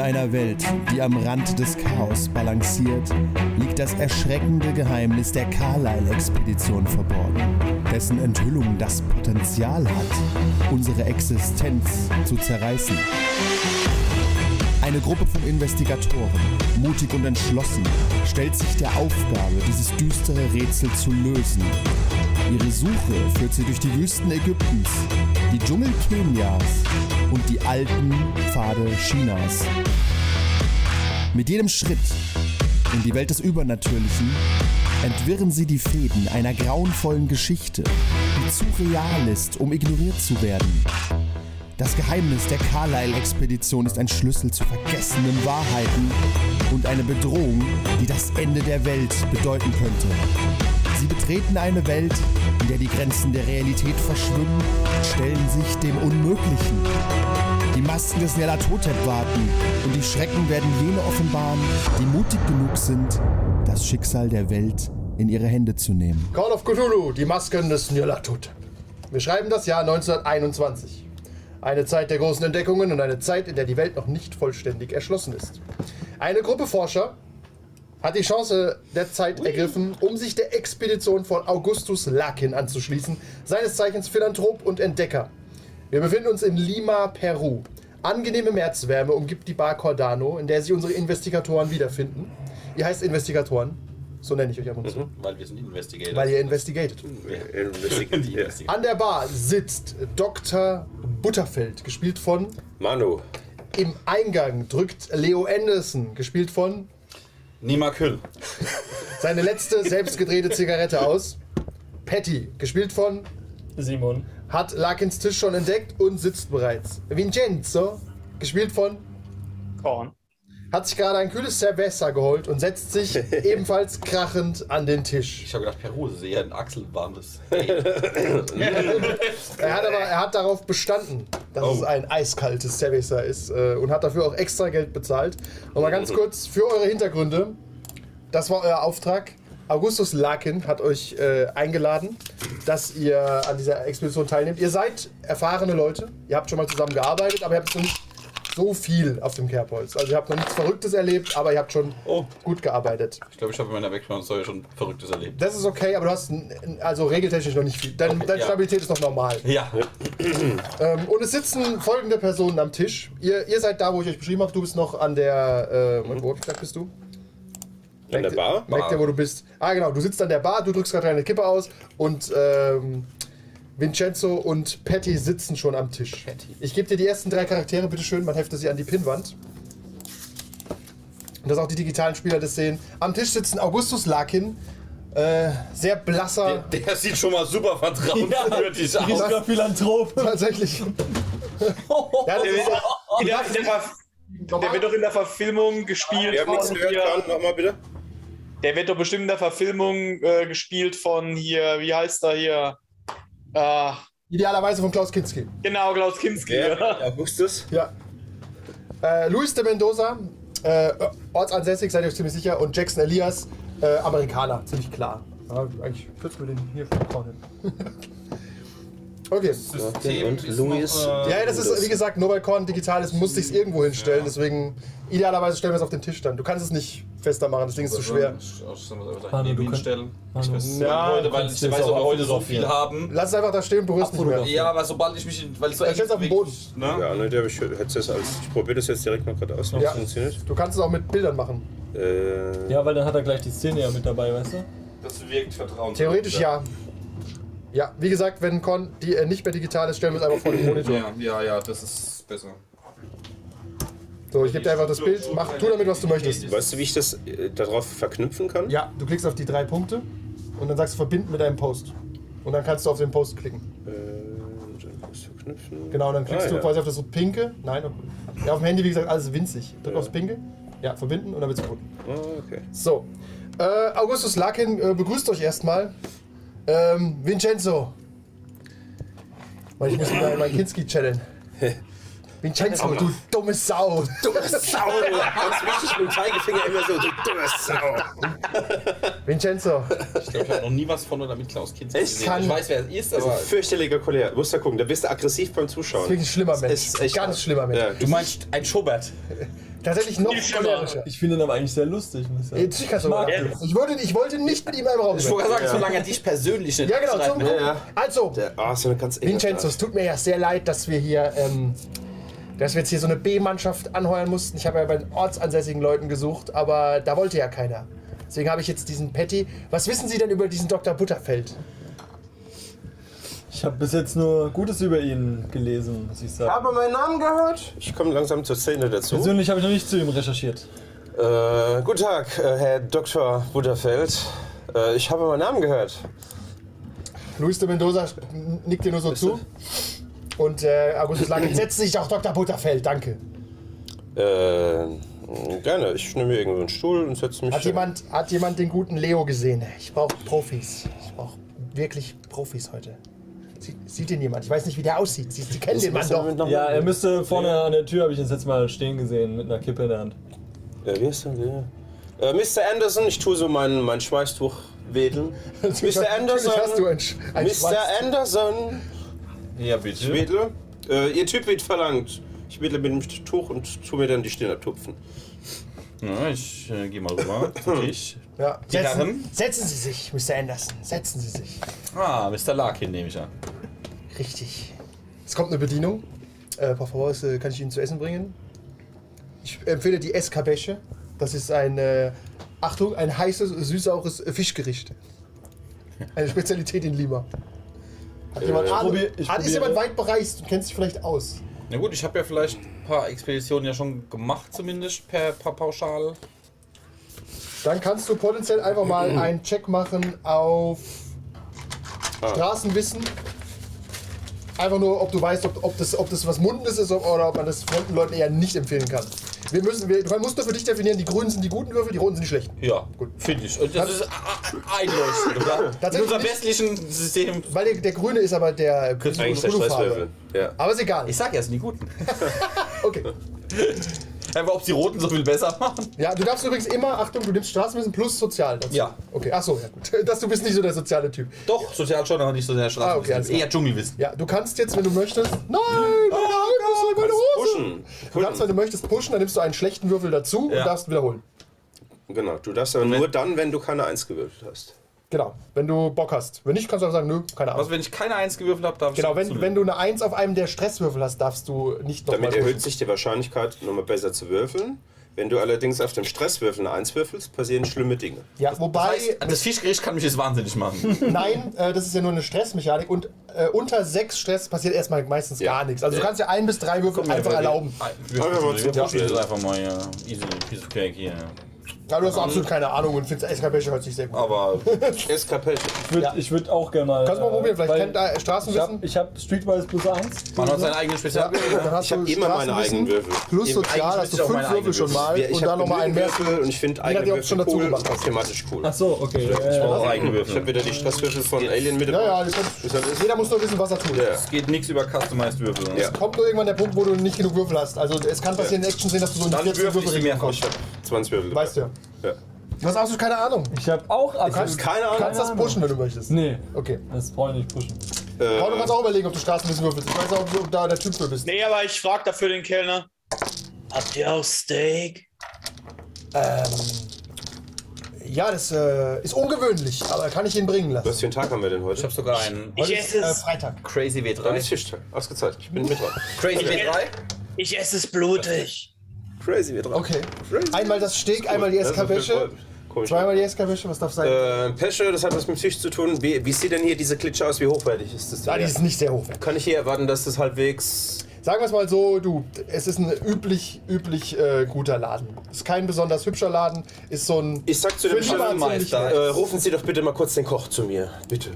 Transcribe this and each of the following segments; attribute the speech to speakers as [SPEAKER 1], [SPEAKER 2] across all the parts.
[SPEAKER 1] einer Welt, die am Rand des Chaos balanciert, liegt das erschreckende Geheimnis der Carlyle-Expedition verborgen, dessen Enthüllung das Potenzial hat, unsere Existenz zu zerreißen. Eine Gruppe von Investigatoren, mutig und entschlossen, stellt sich der Aufgabe, dieses düstere Rätsel zu lösen. Ihre Suche führt sie durch die Wüsten Ägyptens, die Dschungel Kenias und die alten Pfade Chinas. Mit jedem Schritt in die Welt des Übernatürlichen entwirren sie die Fäden einer grauenvollen Geschichte, die zu real ist, um ignoriert zu werden. Das Geheimnis der Carlyle-Expedition ist ein Schlüssel zu vergessenen Wahrheiten und eine Bedrohung, die das Ende der Welt bedeuten könnte. Sie betreten eine Welt, in der die Grenzen der Realität verschwimmen und stellen sich dem Unmöglichen. Die Masken des Nelatotep warten und die Schrecken werden jene offenbaren, die mutig genug sind, das Schicksal der Welt in ihre Hände zu nehmen.
[SPEAKER 2] Call of Cthulhu, die Masken des Nyarlathotep. Wir schreiben das Jahr 1921. Eine Zeit der großen Entdeckungen und eine Zeit, in der die Welt noch nicht vollständig erschlossen ist. Eine Gruppe Forscher hat die Chance der Zeit ergriffen, um sich der Expedition von Augustus Lakin anzuschließen, seines Zeichens Philanthrop und Entdecker. Wir befinden uns in Lima, Peru. Angenehme Märzwärme umgibt die Bar Cordano, in der sich unsere Investigatoren wiederfinden. Ihr heißt Investigatoren, so nenne ich euch ab und zu,
[SPEAKER 3] Weil wir sind Investigator.
[SPEAKER 2] weil ihr investigatet.
[SPEAKER 3] Die
[SPEAKER 4] Investigate.
[SPEAKER 3] Investigator.
[SPEAKER 2] An der Bar sitzt Dr. Butterfeld, gespielt von.
[SPEAKER 4] Manu.
[SPEAKER 2] Im Eingang drückt Leo Anderson, gespielt von.
[SPEAKER 3] Nima Kühl.
[SPEAKER 2] Seine letzte selbstgedrehte Zigarette aus. Patty, gespielt von.
[SPEAKER 5] Simon.
[SPEAKER 2] Hat Larkins Tisch schon entdeckt und sitzt bereits. Vincenzo, gespielt von.
[SPEAKER 5] Korn.
[SPEAKER 2] Hat sich gerade ein kühles Cerveza geholt und setzt sich ebenfalls krachend an den Tisch.
[SPEAKER 3] Ich habe gedacht, Peru ist eher ein achselwarmes.
[SPEAKER 2] Er hat aber er hat darauf bestanden, dass
[SPEAKER 3] Oh.
[SPEAKER 2] es ein eiskaltes Cerveza ist äh, und hat dafür auch extra Geld bezahlt. Nochmal ganz
[SPEAKER 3] Mhm.
[SPEAKER 2] kurz für eure Hintergründe. Das war euer Auftrag. Augustus Larkin hat euch äh, eingeladen, dass ihr an dieser Expedition teilnehmt. Ihr seid erfahrene Leute, ihr habt schon mal zusammen gearbeitet, aber ihr habt noch nicht so viel auf dem Kerbholz. Also ihr habt noch nichts Verrücktes erlebt, aber ihr habt schon
[SPEAKER 3] Oh.
[SPEAKER 2] gut gearbeitet.
[SPEAKER 3] Ich glaube, ich habe in meiner Background-Story schon Verrücktes erlebt.
[SPEAKER 2] Das ist okay, aber du hast n- also regeltechnisch noch nicht viel. Deine, deine
[SPEAKER 3] ja.
[SPEAKER 2] Stabilität ist noch normal.
[SPEAKER 3] Ja,
[SPEAKER 2] Ähm, und es sitzen folgende Personen am Tisch. Ihr, ihr seid da, wo ich euch beschrieben habe. Du bist noch an der. Äh, Wo hab ich gesagt, bist du?
[SPEAKER 4] An der Bar?
[SPEAKER 2] Merkt ihr, wo du bist? Ah, genau. Du sitzt an der Bar, du drückst gerade deine Kippe aus und ähm, Vincenzo und Patty sitzen schon am Tisch. Ich gebe dir die ersten drei Charaktere, bitteschön. Man heftet sie an die Pinnwand. Und dass auch die digitalen Spieler das sehen. Am Tisch sitzen Augustus Larkin. Äh, sehr blasser.
[SPEAKER 4] Der sieht schon mal super vertrauenswürdig aus.
[SPEAKER 5] Riesiger Philanthrop.
[SPEAKER 2] Tatsächlich. ja, das ist,
[SPEAKER 6] In der, in der, Ver- der wird doch in der Verfilmung gespielt.
[SPEAKER 4] Wir haben nichts
[SPEAKER 6] von
[SPEAKER 4] gehört,
[SPEAKER 6] hier-
[SPEAKER 4] Jan, nochmal bitte.
[SPEAKER 6] der wird doch bestimmt in der Verfilmung äh, gespielt von hier, wie heißt er hier? Ah,
[SPEAKER 2] idealerweise von Klaus Kinski.
[SPEAKER 6] genau, Klaus Kinski.
[SPEAKER 4] Ja, Augustus.
[SPEAKER 2] Ja. Äh, Luis de Mendoza, äh, ortsansässig, seid ihr euch ziemlich sicher. Und Jackson Elias, äh, Amerikaner, ziemlich klar. Ja, eigentlich würdest du den hier schon vorne. okay.
[SPEAKER 3] System
[SPEAKER 4] und
[SPEAKER 3] ist
[SPEAKER 4] Louis.
[SPEAKER 3] Noch, äh,
[SPEAKER 2] Ja, ja, das ist, wie gesagt, Nobel Korn digital ist, musste ich es irgendwo hinstellen. Deswegen, idealerweise stellen wir es auf den Tisch dann. Du kannst es nicht fester machen, das Ding ist zu schwer.
[SPEAKER 5] Manu,
[SPEAKER 3] Neben
[SPEAKER 5] du kannst-
[SPEAKER 3] hinstellen. Ich
[SPEAKER 5] Manu.
[SPEAKER 3] weiß,
[SPEAKER 2] Ja,
[SPEAKER 3] heute,
[SPEAKER 5] du
[SPEAKER 3] weil
[SPEAKER 5] kannst
[SPEAKER 3] ich
[SPEAKER 5] das
[SPEAKER 3] weiß,
[SPEAKER 5] auch
[SPEAKER 3] ob wir heute so
[SPEAKER 5] ausdrucken.
[SPEAKER 3] viel haben.
[SPEAKER 2] Lass es einfach da stehen, berührst nicht mehr.
[SPEAKER 3] Ja, aber sobald ich mich. Weil es so
[SPEAKER 2] Dann stellst du auf den Boden.
[SPEAKER 3] Ne?
[SPEAKER 4] Ja, ne, der, ich, hätt's das als, ich probiere das jetzt direkt mal gerade aus, wenn
[SPEAKER 2] Ja.
[SPEAKER 4] es funktioniert.
[SPEAKER 2] Du kannst es auch mit Bildern machen.
[SPEAKER 4] Äh,
[SPEAKER 5] Ja, weil dann hat er gleich die Szene ja mit dabei, weißt du?
[SPEAKER 3] Das wirkt vertrauenswürdig.
[SPEAKER 2] Theoretisch ja. Ja, wie gesagt, wenn Korn die, äh, nicht mehr digital ist, stellen wir es einfach vor den Monitor.
[SPEAKER 3] Ja, ja, ja, das ist besser.
[SPEAKER 2] So, ich gebe dir einfach das Bild. Mach tu damit, was du möchtest.
[SPEAKER 4] weißt du, wie ich das äh, darauf verknüpfen kann?
[SPEAKER 2] Ja, du klickst auf die drei Punkte und dann sagst du verbinden mit einem Post. Und dann kannst du auf den Post klicken.
[SPEAKER 4] Äh, dann musst du knüpfen.
[SPEAKER 2] Genau, und dann klickst
[SPEAKER 4] Ah,
[SPEAKER 2] du
[SPEAKER 4] ja.
[SPEAKER 2] quasi auf das pinke. Nein, okay. ja, auf dem Handy, wie gesagt, alles winzig. Drück aufs pinke. Ja, verbinden und dann wird's verbunden.
[SPEAKER 4] Ah, okay.
[SPEAKER 2] So. Äh, Augustus Larkin äh, begrüßt euch erstmal. Ähm, Vincenzo. Weil ich muss mal meinen Kinski channeln. Vincenzo, du dumme Sau. Dumme Sau.
[SPEAKER 4] Au, du ganz wichtig mit dem Zeigefinger immer so, du dumme Sau.
[SPEAKER 2] Vincenzo,
[SPEAKER 3] Ich glaube, ich habe noch nie was von oder mit Klaus Kinski
[SPEAKER 4] Es
[SPEAKER 3] gesehen.
[SPEAKER 2] kann-
[SPEAKER 3] Ich weiß, wer es ist,
[SPEAKER 4] Das
[SPEAKER 3] aber.
[SPEAKER 4] ist ein Also, fürchterlicher Kollege. Du musst da gucken, da bist du aggressiv beim Zuschauen.
[SPEAKER 2] wirklich ein schlimmer Mensch.
[SPEAKER 4] ist echt-
[SPEAKER 2] Ganz schlimmer Mensch.
[SPEAKER 4] Ja.
[SPEAKER 3] Du meinst ein Schobert.
[SPEAKER 2] Tatsächlich noch
[SPEAKER 6] Viel schlimmer.
[SPEAKER 2] cholerischer.
[SPEAKER 5] Ich finde ihn aber eigentlich sehr lustig. Muss ich sagen.
[SPEAKER 2] Ich, kann's
[SPEAKER 5] mag
[SPEAKER 2] sogar-
[SPEAKER 5] das.
[SPEAKER 2] ich, wollte, ich wollte nicht mit ihm einem Raum
[SPEAKER 7] Ich
[SPEAKER 2] sein.
[SPEAKER 7] wollte sagen, solange er dich persönlich nicht
[SPEAKER 2] Ja, genau. Zum
[SPEAKER 7] abschreibt.
[SPEAKER 2] Gucken.
[SPEAKER 4] Ja, ja.
[SPEAKER 2] Also,
[SPEAKER 4] Der, oh, ist ja eine ganz enge
[SPEAKER 2] Vincenzo, es
[SPEAKER 4] Stadt.
[SPEAKER 2] tut mir ja sehr leid, dass wir hier, ähm, dass wir jetzt hier so eine B-Mannschaft anheuern mussten. Ich habe ja bei den ortsansässigen Leuten gesucht, aber da wollte ja keiner. Deswegen habe ich jetzt diesen Patty. Was wissen Sie denn über diesen Dr. Butterfeld?
[SPEAKER 5] Ich habe bis jetzt nur Gutes über ihn gelesen, muss ich sagen.
[SPEAKER 4] Habe meinen Namen gehört? Ich komme langsam zur Szene dazu.
[SPEAKER 5] Persönlich habe ich noch nicht zu ihm recherchiert.
[SPEAKER 4] Äh, guten Tag, äh, Herr Dr. Butterfeld. Äh, ich habe meinen Namen gehört.
[SPEAKER 2] Luis de Mendoza nickt dir nur so zu. Und äh, Augustus Lange, setz dich doch Dr. Butterfeld, danke.
[SPEAKER 4] Äh, gerne. Ich nehme mir irgendwo einen Stuhl und setze mich.
[SPEAKER 2] Hat jemand, hat jemand den guten Leo gesehen? Ich brauche Profis. Ich brauche wirklich Profis heute. Sieht, sieht ihn jemand? Ich weiß nicht, wie der aussieht. Sie, Sie kennen den Mann doch.
[SPEAKER 5] Ja, er müsste vorne an der Tür, habe ich ihn das letzte Mal stehen gesehen, mit einer Kippe in der Hand.
[SPEAKER 4] Äh, wie ist denn der? Äh, Mr. Anderson, ich tue so mein, mein Schweißtuch wedeln. Mr. Anderson.
[SPEAKER 2] Natürlich hast du ein, Sch- ein
[SPEAKER 4] Mr.
[SPEAKER 2] Schwanz.
[SPEAKER 4] Anderson.
[SPEAKER 3] Ja, bitte.
[SPEAKER 4] Ich wedle. Äh, ihr Typ wird verlangt. Ich wedle mit dem Tuch und tu mir dann die Stirn abtupfen.
[SPEAKER 3] Na, ich äh, geh mal rüber. ich.
[SPEAKER 2] Ja, setzen,
[SPEAKER 3] Gitarren?
[SPEAKER 2] setzen Sie sich, Mr. Anderson. Setzen Sie sich.
[SPEAKER 3] Ah, Mr. Larkin nehme ich an.
[SPEAKER 2] Richtig. Es kommt eine Bedienung. Äh, por favor, äh, kann ich Ihnen zu essen bringen? Ich empfehle die Escabeche. Das ist ein, äh, Achtung, ein heißes, süßsaures äh, Fischgericht. Eine Spezialität in Lima. Hat jemand, Ahnung?
[SPEAKER 5] Äh, probier- ich
[SPEAKER 2] hat, ist
[SPEAKER 5] probiere.
[SPEAKER 2] jemand weit bereist und kennt sich vielleicht aus?
[SPEAKER 3] Na gut, ich habe ja vielleicht ein paar Expeditionen ja schon gemacht, zumindest per, per pauschal.
[SPEAKER 2] Dann kannst du potenziell einfach mal einen Check machen auf Straßenwissen. Einfach nur, ob du weißt, ob, ob, das, ob das was Mundendes ist ob, oder ob man das fremden Leuten eher nicht empfehlen kann. Wir müssen, wir, du musst nur für dich definieren, die Grünen sind die guten Würfel, die Roten sind die schlechten.
[SPEAKER 3] Ja, gut, finde ich. Und das ist a- a- einleuchtend, oder? In
[SPEAKER 2] Tatsächlich
[SPEAKER 3] unserem
[SPEAKER 2] nicht.
[SPEAKER 3] westlichen System.
[SPEAKER 2] Weil der, der Grüne ist aber der
[SPEAKER 4] Eigentlich der Schweißwürfel. Ja.
[SPEAKER 2] Aber ist egal.
[SPEAKER 3] Ich sag ja, es sind die Guten.
[SPEAKER 2] Okay.
[SPEAKER 3] Aber ob die Roten so viel besser machen?
[SPEAKER 2] Ja, du darfst übrigens immer, Achtung, du nimmst Straßenwissen plus Sozial dazu.
[SPEAKER 3] Ja.
[SPEAKER 2] Okay, achso, ja gut. Das, du bist nicht so der soziale Typ.
[SPEAKER 3] Doch, sozial schon, aber nicht so sehr Straßen.
[SPEAKER 2] Ah, okay, alles klar.
[SPEAKER 3] Eher Dschungelwissen.
[SPEAKER 2] Ja, du kannst jetzt, wenn du möchtest. Nein! Meine Haarküsse, meine Hose!
[SPEAKER 4] Pushen.
[SPEAKER 2] Du darfst, wenn du möchtest, pushen, dann nimmst du einen schlechten Würfel dazu und
[SPEAKER 3] Ja.
[SPEAKER 2] darfst wiederholen.
[SPEAKER 4] Genau, du darfst aber nur dann, wenn du keine Eins gewürfelt hast.
[SPEAKER 2] Genau, wenn du Bock hast. Wenn nicht, kannst du auch sagen, nö, keine Ahnung.
[SPEAKER 3] Was, Also, wenn ich keine Eins gewürfelt habe, darf ich
[SPEAKER 2] genau, wenn,
[SPEAKER 3] zulegen.
[SPEAKER 2] wenn du eine Eins auf einem der Stresswürfel hast, darfst du nicht nochmal
[SPEAKER 4] Damit erhöht
[SPEAKER 2] pushen.
[SPEAKER 4] sich die Wahrscheinlichkeit, nochmal besser zu würfeln. Wenn du allerdings auf dem Stresswürfel eine Eins würfelst, passieren schlimme Dinge.
[SPEAKER 2] Ja, wobei, äh,
[SPEAKER 3] Das Fischgericht kann mich jetzt wahnsinnig machen.
[SPEAKER 2] nein, äh, das ist ja nur eine Stressmechanik und äh, unter sechs Stress passiert erstmal meistens
[SPEAKER 4] Ja.
[SPEAKER 2] gar nichts. Also du kannst ja ein bis drei Würfel einfach erlauben.
[SPEAKER 3] Wir
[SPEAKER 4] Einfach mal zu
[SPEAKER 3] wir pushen
[SPEAKER 4] pushen.
[SPEAKER 3] jetzt einfach mal hier. Easy piece of cake hier.
[SPEAKER 2] Aber du hast absolut keine Ahnung und findest Escabeche hört sich sehr gut. an.
[SPEAKER 3] Aber
[SPEAKER 4] Eskapelle.
[SPEAKER 5] Ich würde
[SPEAKER 2] Ja.
[SPEAKER 5] würd auch gerne mal.
[SPEAKER 2] Kannst du mal
[SPEAKER 5] äh,
[SPEAKER 2] probieren, vielleicht
[SPEAKER 5] weil
[SPEAKER 2] kennt äh,
[SPEAKER 5] Ich habe
[SPEAKER 2] Straßenwissen.
[SPEAKER 5] hab Streetwise plus 1.
[SPEAKER 3] man hat seinen eigenen Spezial.
[SPEAKER 2] Dann hast
[SPEAKER 4] Ich hab
[SPEAKER 2] du
[SPEAKER 4] immer meine
[SPEAKER 2] Straßenwissen
[SPEAKER 4] eigenen Würfel.
[SPEAKER 2] Plus
[SPEAKER 4] Eben,
[SPEAKER 2] sozial hast
[SPEAKER 3] eigentlich
[SPEAKER 2] du
[SPEAKER 3] müsste ich auch
[SPEAKER 2] fünf
[SPEAKER 3] meine
[SPEAKER 2] Würfel
[SPEAKER 3] eigenen
[SPEAKER 2] schon mal
[SPEAKER 4] Ich
[SPEAKER 2] und
[SPEAKER 4] hab
[SPEAKER 2] dann nochmal einen
[SPEAKER 4] genügend
[SPEAKER 2] mehr.
[SPEAKER 4] Würfel und ich finde
[SPEAKER 2] hat
[SPEAKER 4] eigene
[SPEAKER 2] die auch
[SPEAKER 4] Würfel
[SPEAKER 2] schon dazu
[SPEAKER 4] cool
[SPEAKER 2] gemacht.
[SPEAKER 4] und auch thematisch cool.
[SPEAKER 5] Ach so, okay. Äh,
[SPEAKER 3] Auch eigene
[SPEAKER 4] Ich habe
[SPEAKER 3] Würfel.
[SPEAKER 4] wieder die Stresswürfel von Alien mit
[SPEAKER 2] Ja, ja,
[SPEAKER 4] dabei.
[SPEAKER 2] das
[SPEAKER 4] Das hat-
[SPEAKER 2] jeder muss nur wissen, was er tut.
[SPEAKER 4] Ja.
[SPEAKER 3] Es geht nichts über Customized Würfel.
[SPEAKER 4] Ja.
[SPEAKER 2] Kommt nur irgendwann der Punkt, wo du nicht genug Würfel hast. Also es kann passieren in Action sehen, dass du so einen
[SPEAKER 3] Dann
[SPEAKER 2] 14
[SPEAKER 3] würfel ich
[SPEAKER 2] Würfel
[SPEAKER 3] sie
[SPEAKER 2] mehr
[SPEAKER 3] mir.
[SPEAKER 4] 20 Würfel. dabei.
[SPEAKER 2] Weißt du ja.
[SPEAKER 4] Ja.
[SPEAKER 2] Du hast absolut keine Ahnung.
[SPEAKER 5] ich habe auch absolut.
[SPEAKER 4] Keine
[SPEAKER 2] Du Ah, kannst
[SPEAKER 4] Ahnung. Äh.
[SPEAKER 2] das pushen, wenn du möchtest.
[SPEAKER 5] Nee,
[SPEAKER 2] Okay.
[SPEAKER 5] das brauche ich nicht pushen.
[SPEAKER 2] Aber du kannst auch überlegen, ob du Straßenwissen würfelst. Ich weiß auch, ob du ob da der Typ für bist.
[SPEAKER 6] Nee, aber ich frag dafür den Kellner. Habt ihr auch Steak?
[SPEAKER 2] Ja, das äh, ist ungewöhnlich, aber kann ich ihn bringen lassen.
[SPEAKER 4] Was für einen Tag haben wir denn heute?
[SPEAKER 3] Ich habe sogar einen
[SPEAKER 6] Ich esse
[SPEAKER 2] Äh,
[SPEAKER 6] es.
[SPEAKER 2] Freitag.
[SPEAKER 3] Crazy
[SPEAKER 4] Dann ist
[SPEAKER 3] W3.
[SPEAKER 4] Fischtag. Ausgezeichnet. Ich bin mit dran.
[SPEAKER 3] Crazy W3?
[SPEAKER 6] Ich esse es blutig.
[SPEAKER 4] Crazy, wir dran.
[SPEAKER 2] Okay. Einmal das Steak, einmal die
[SPEAKER 4] Das ist auf jeden
[SPEAKER 2] Eskabäsche.
[SPEAKER 4] Fall Komisch.
[SPEAKER 2] Zweimal die Eskabäsche, was darf sein?
[SPEAKER 4] Äh, Pesche, das hat was mit Fisch zu tun. Wie, wie sieht denn hier diese Klitsche aus? Wie hochwertig ist das denn?
[SPEAKER 2] Ah, die ist nicht sehr hochwertig.
[SPEAKER 4] Kann ich hier erwarten, dass das halbwegs.
[SPEAKER 2] Sagen wir es mal so, du, es ist ein üblich, üblich äh, guter Laden. Ist kein besonders hübscher Laden, ist so ein.
[SPEAKER 4] Ich sag zu
[SPEAKER 2] Für
[SPEAKER 4] dem
[SPEAKER 2] die
[SPEAKER 4] Chef,
[SPEAKER 2] Wahl ziemlich
[SPEAKER 4] äh,
[SPEAKER 2] nett.
[SPEAKER 4] rufen Sie doch bitte mal kurz den Koch zu mir. Bitte.
[SPEAKER 2] äh,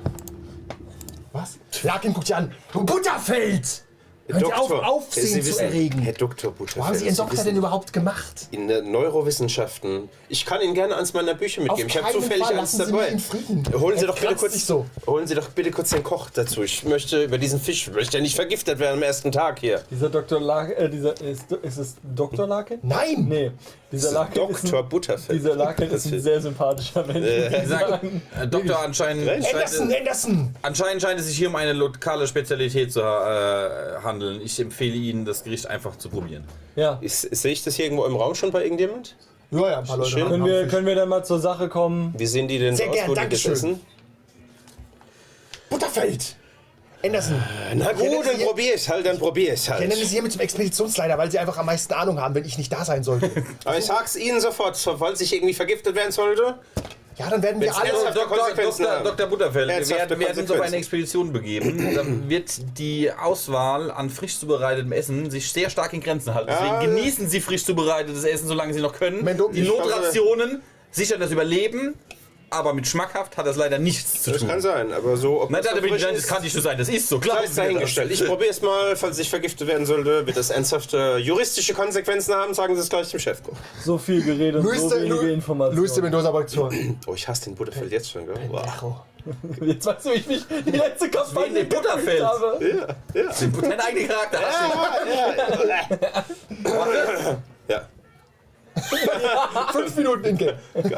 [SPEAKER 2] Was? Larkin guckt dich an. Du Butterfeld! Hört auf, Aufsehen
[SPEAKER 4] Sie
[SPEAKER 2] zu
[SPEAKER 4] wissen,
[SPEAKER 2] erregen.
[SPEAKER 4] Herr Dr. Butterfeld.
[SPEAKER 2] Wo haben Sie Ihren Doktor denn
[SPEAKER 4] wissen,
[SPEAKER 2] überhaupt gemacht?
[SPEAKER 4] in der Neurowissenschaften. Ich kann Ihnen gerne eins meiner Bücher mitgeben. ich habe
[SPEAKER 2] keinen
[SPEAKER 4] zufällig
[SPEAKER 2] Fall,
[SPEAKER 4] eins
[SPEAKER 2] lassen Sie
[SPEAKER 4] dabei.
[SPEAKER 2] mich in Frieden.
[SPEAKER 4] Holen
[SPEAKER 2] Er
[SPEAKER 4] Sie doch bitte
[SPEAKER 2] kratzt
[SPEAKER 4] kurz
[SPEAKER 2] sich so.
[SPEAKER 4] Holen Sie doch bitte kurz den Koch dazu. Ich möchte über diesen Fisch, möchte ja nicht vergiftet werden am ersten Tag hier.
[SPEAKER 5] Dieser Dr. Larkin, äh, dieser, ist, ist es Dr. Larkin?
[SPEAKER 2] Nein!
[SPEAKER 5] Nee, dieser Larkin ist
[SPEAKER 4] Dr.
[SPEAKER 5] ein,
[SPEAKER 4] Butterfeld.
[SPEAKER 5] dieser Larkin ist ein sehr sympathischer Mensch. muss ich sagen.
[SPEAKER 3] Äh, Doktor, anscheinend
[SPEAKER 4] Recht.
[SPEAKER 3] scheint,
[SPEAKER 2] Anderson,
[SPEAKER 3] es,
[SPEAKER 2] Anderson!
[SPEAKER 3] anscheinend scheint es sich hier um eine lokale Spezialität zu äh, handeln. Ich empfehle Ihnen, das Gericht einfach zu probieren.
[SPEAKER 5] Ja.
[SPEAKER 4] Ist, sehe ich das hier irgendwo im Raum schon bei irgendjemand?
[SPEAKER 2] Ja, ja, ein paar Leute.
[SPEAKER 4] Schön.
[SPEAKER 2] haben-
[SPEAKER 5] Können wir,
[SPEAKER 2] haben
[SPEAKER 5] können wir dann mal zur Sache kommen?
[SPEAKER 4] Wie sehen die denn
[SPEAKER 2] Sehr
[SPEAKER 4] so aus,
[SPEAKER 2] gern,
[SPEAKER 4] wo die das
[SPEAKER 2] Dankeschön.
[SPEAKER 4] essen?
[SPEAKER 2] Butterfeld! Anderson!
[SPEAKER 4] Na
[SPEAKER 2] Wir nennen
[SPEAKER 4] gut, dann
[SPEAKER 2] sie-
[SPEAKER 4] probier es halt, dann probier es
[SPEAKER 2] Wir nennen
[SPEAKER 4] halt.
[SPEAKER 2] sie hiermit zum Expeditionsleiter, weil sie einfach am meisten Ahnung haben, wenn ich nicht da sein sollte.
[SPEAKER 4] Aber ich sag's Ihnen sofort, falls ich irgendwie vergiftet werden sollte.
[SPEAKER 2] Ja, dann werden wir
[SPEAKER 4] Wenn's
[SPEAKER 2] alle.
[SPEAKER 4] ernsthaft-
[SPEAKER 3] Dr.
[SPEAKER 4] Konsequenzen
[SPEAKER 3] Dr.
[SPEAKER 4] haben.
[SPEAKER 3] Dr. Butterfeld, wir
[SPEAKER 4] Ernsthafte
[SPEAKER 3] werden, werden uns auf
[SPEAKER 4] Konsequenzen.
[SPEAKER 3] eine Expedition begeben. Dann wird die Auswahl an frisch zubereitetem Essen sich sehr stark in Grenzen halten. Deswegen
[SPEAKER 4] Ja,
[SPEAKER 3] genießen Sie frisch zubereitetes Essen, solange Sie noch können.
[SPEAKER 2] Mendo-
[SPEAKER 3] die
[SPEAKER 2] ich-
[SPEAKER 3] Notrationen sichern das Überleben, aber mit schmackhaft hat das leider nichts zu
[SPEAKER 4] Das
[SPEAKER 3] tun.
[SPEAKER 4] kann sein, aber so. Ob
[SPEAKER 3] Nein,
[SPEAKER 4] so
[SPEAKER 3] da bin ich
[SPEAKER 4] frisch
[SPEAKER 3] nein, das
[SPEAKER 4] ist,
[SPEAKER 3] kann Äh, nicht so sein. Das ist so, klar.
[SPEAKER 4] sei es dahingestellt. Ich probiere es mal, falls ich vergiftet werden sollte, wird das ernsthafte juristische Konsequenzen haben, sagen Sie es gleich Oh, dem Chefkoch.
[SPEAKER 5] So viel Gerede und
[SPEAKER 2] Luis
[SPEAKER 5] so
[SPEAKER 2] de,
[SPEAKER 5] wenige
[SPEAKER 2] Lu,
[SPEAKER 5] Informationen.
[SPEAKER 2] Luis de Mendoza Produktion.
[SPEAKER 4] Oh, ich hasse den Butterfeld jetzt schon, gell? Wow.
[SPEAKER 5] Jetzt weißt du, wie ich mich die letzte
[SPEAKER 3] Wegen
[SPEAKER 5] Kampagne
[SPEAKER 3] dem Butterfeld.
[SPEAKER 5] habe.
[SPEAKER 3] Dein eigener Charakter.
[SPEAKER 4] Ja.
[SPEAKER 2] Fünf Minuten in Game. Okay.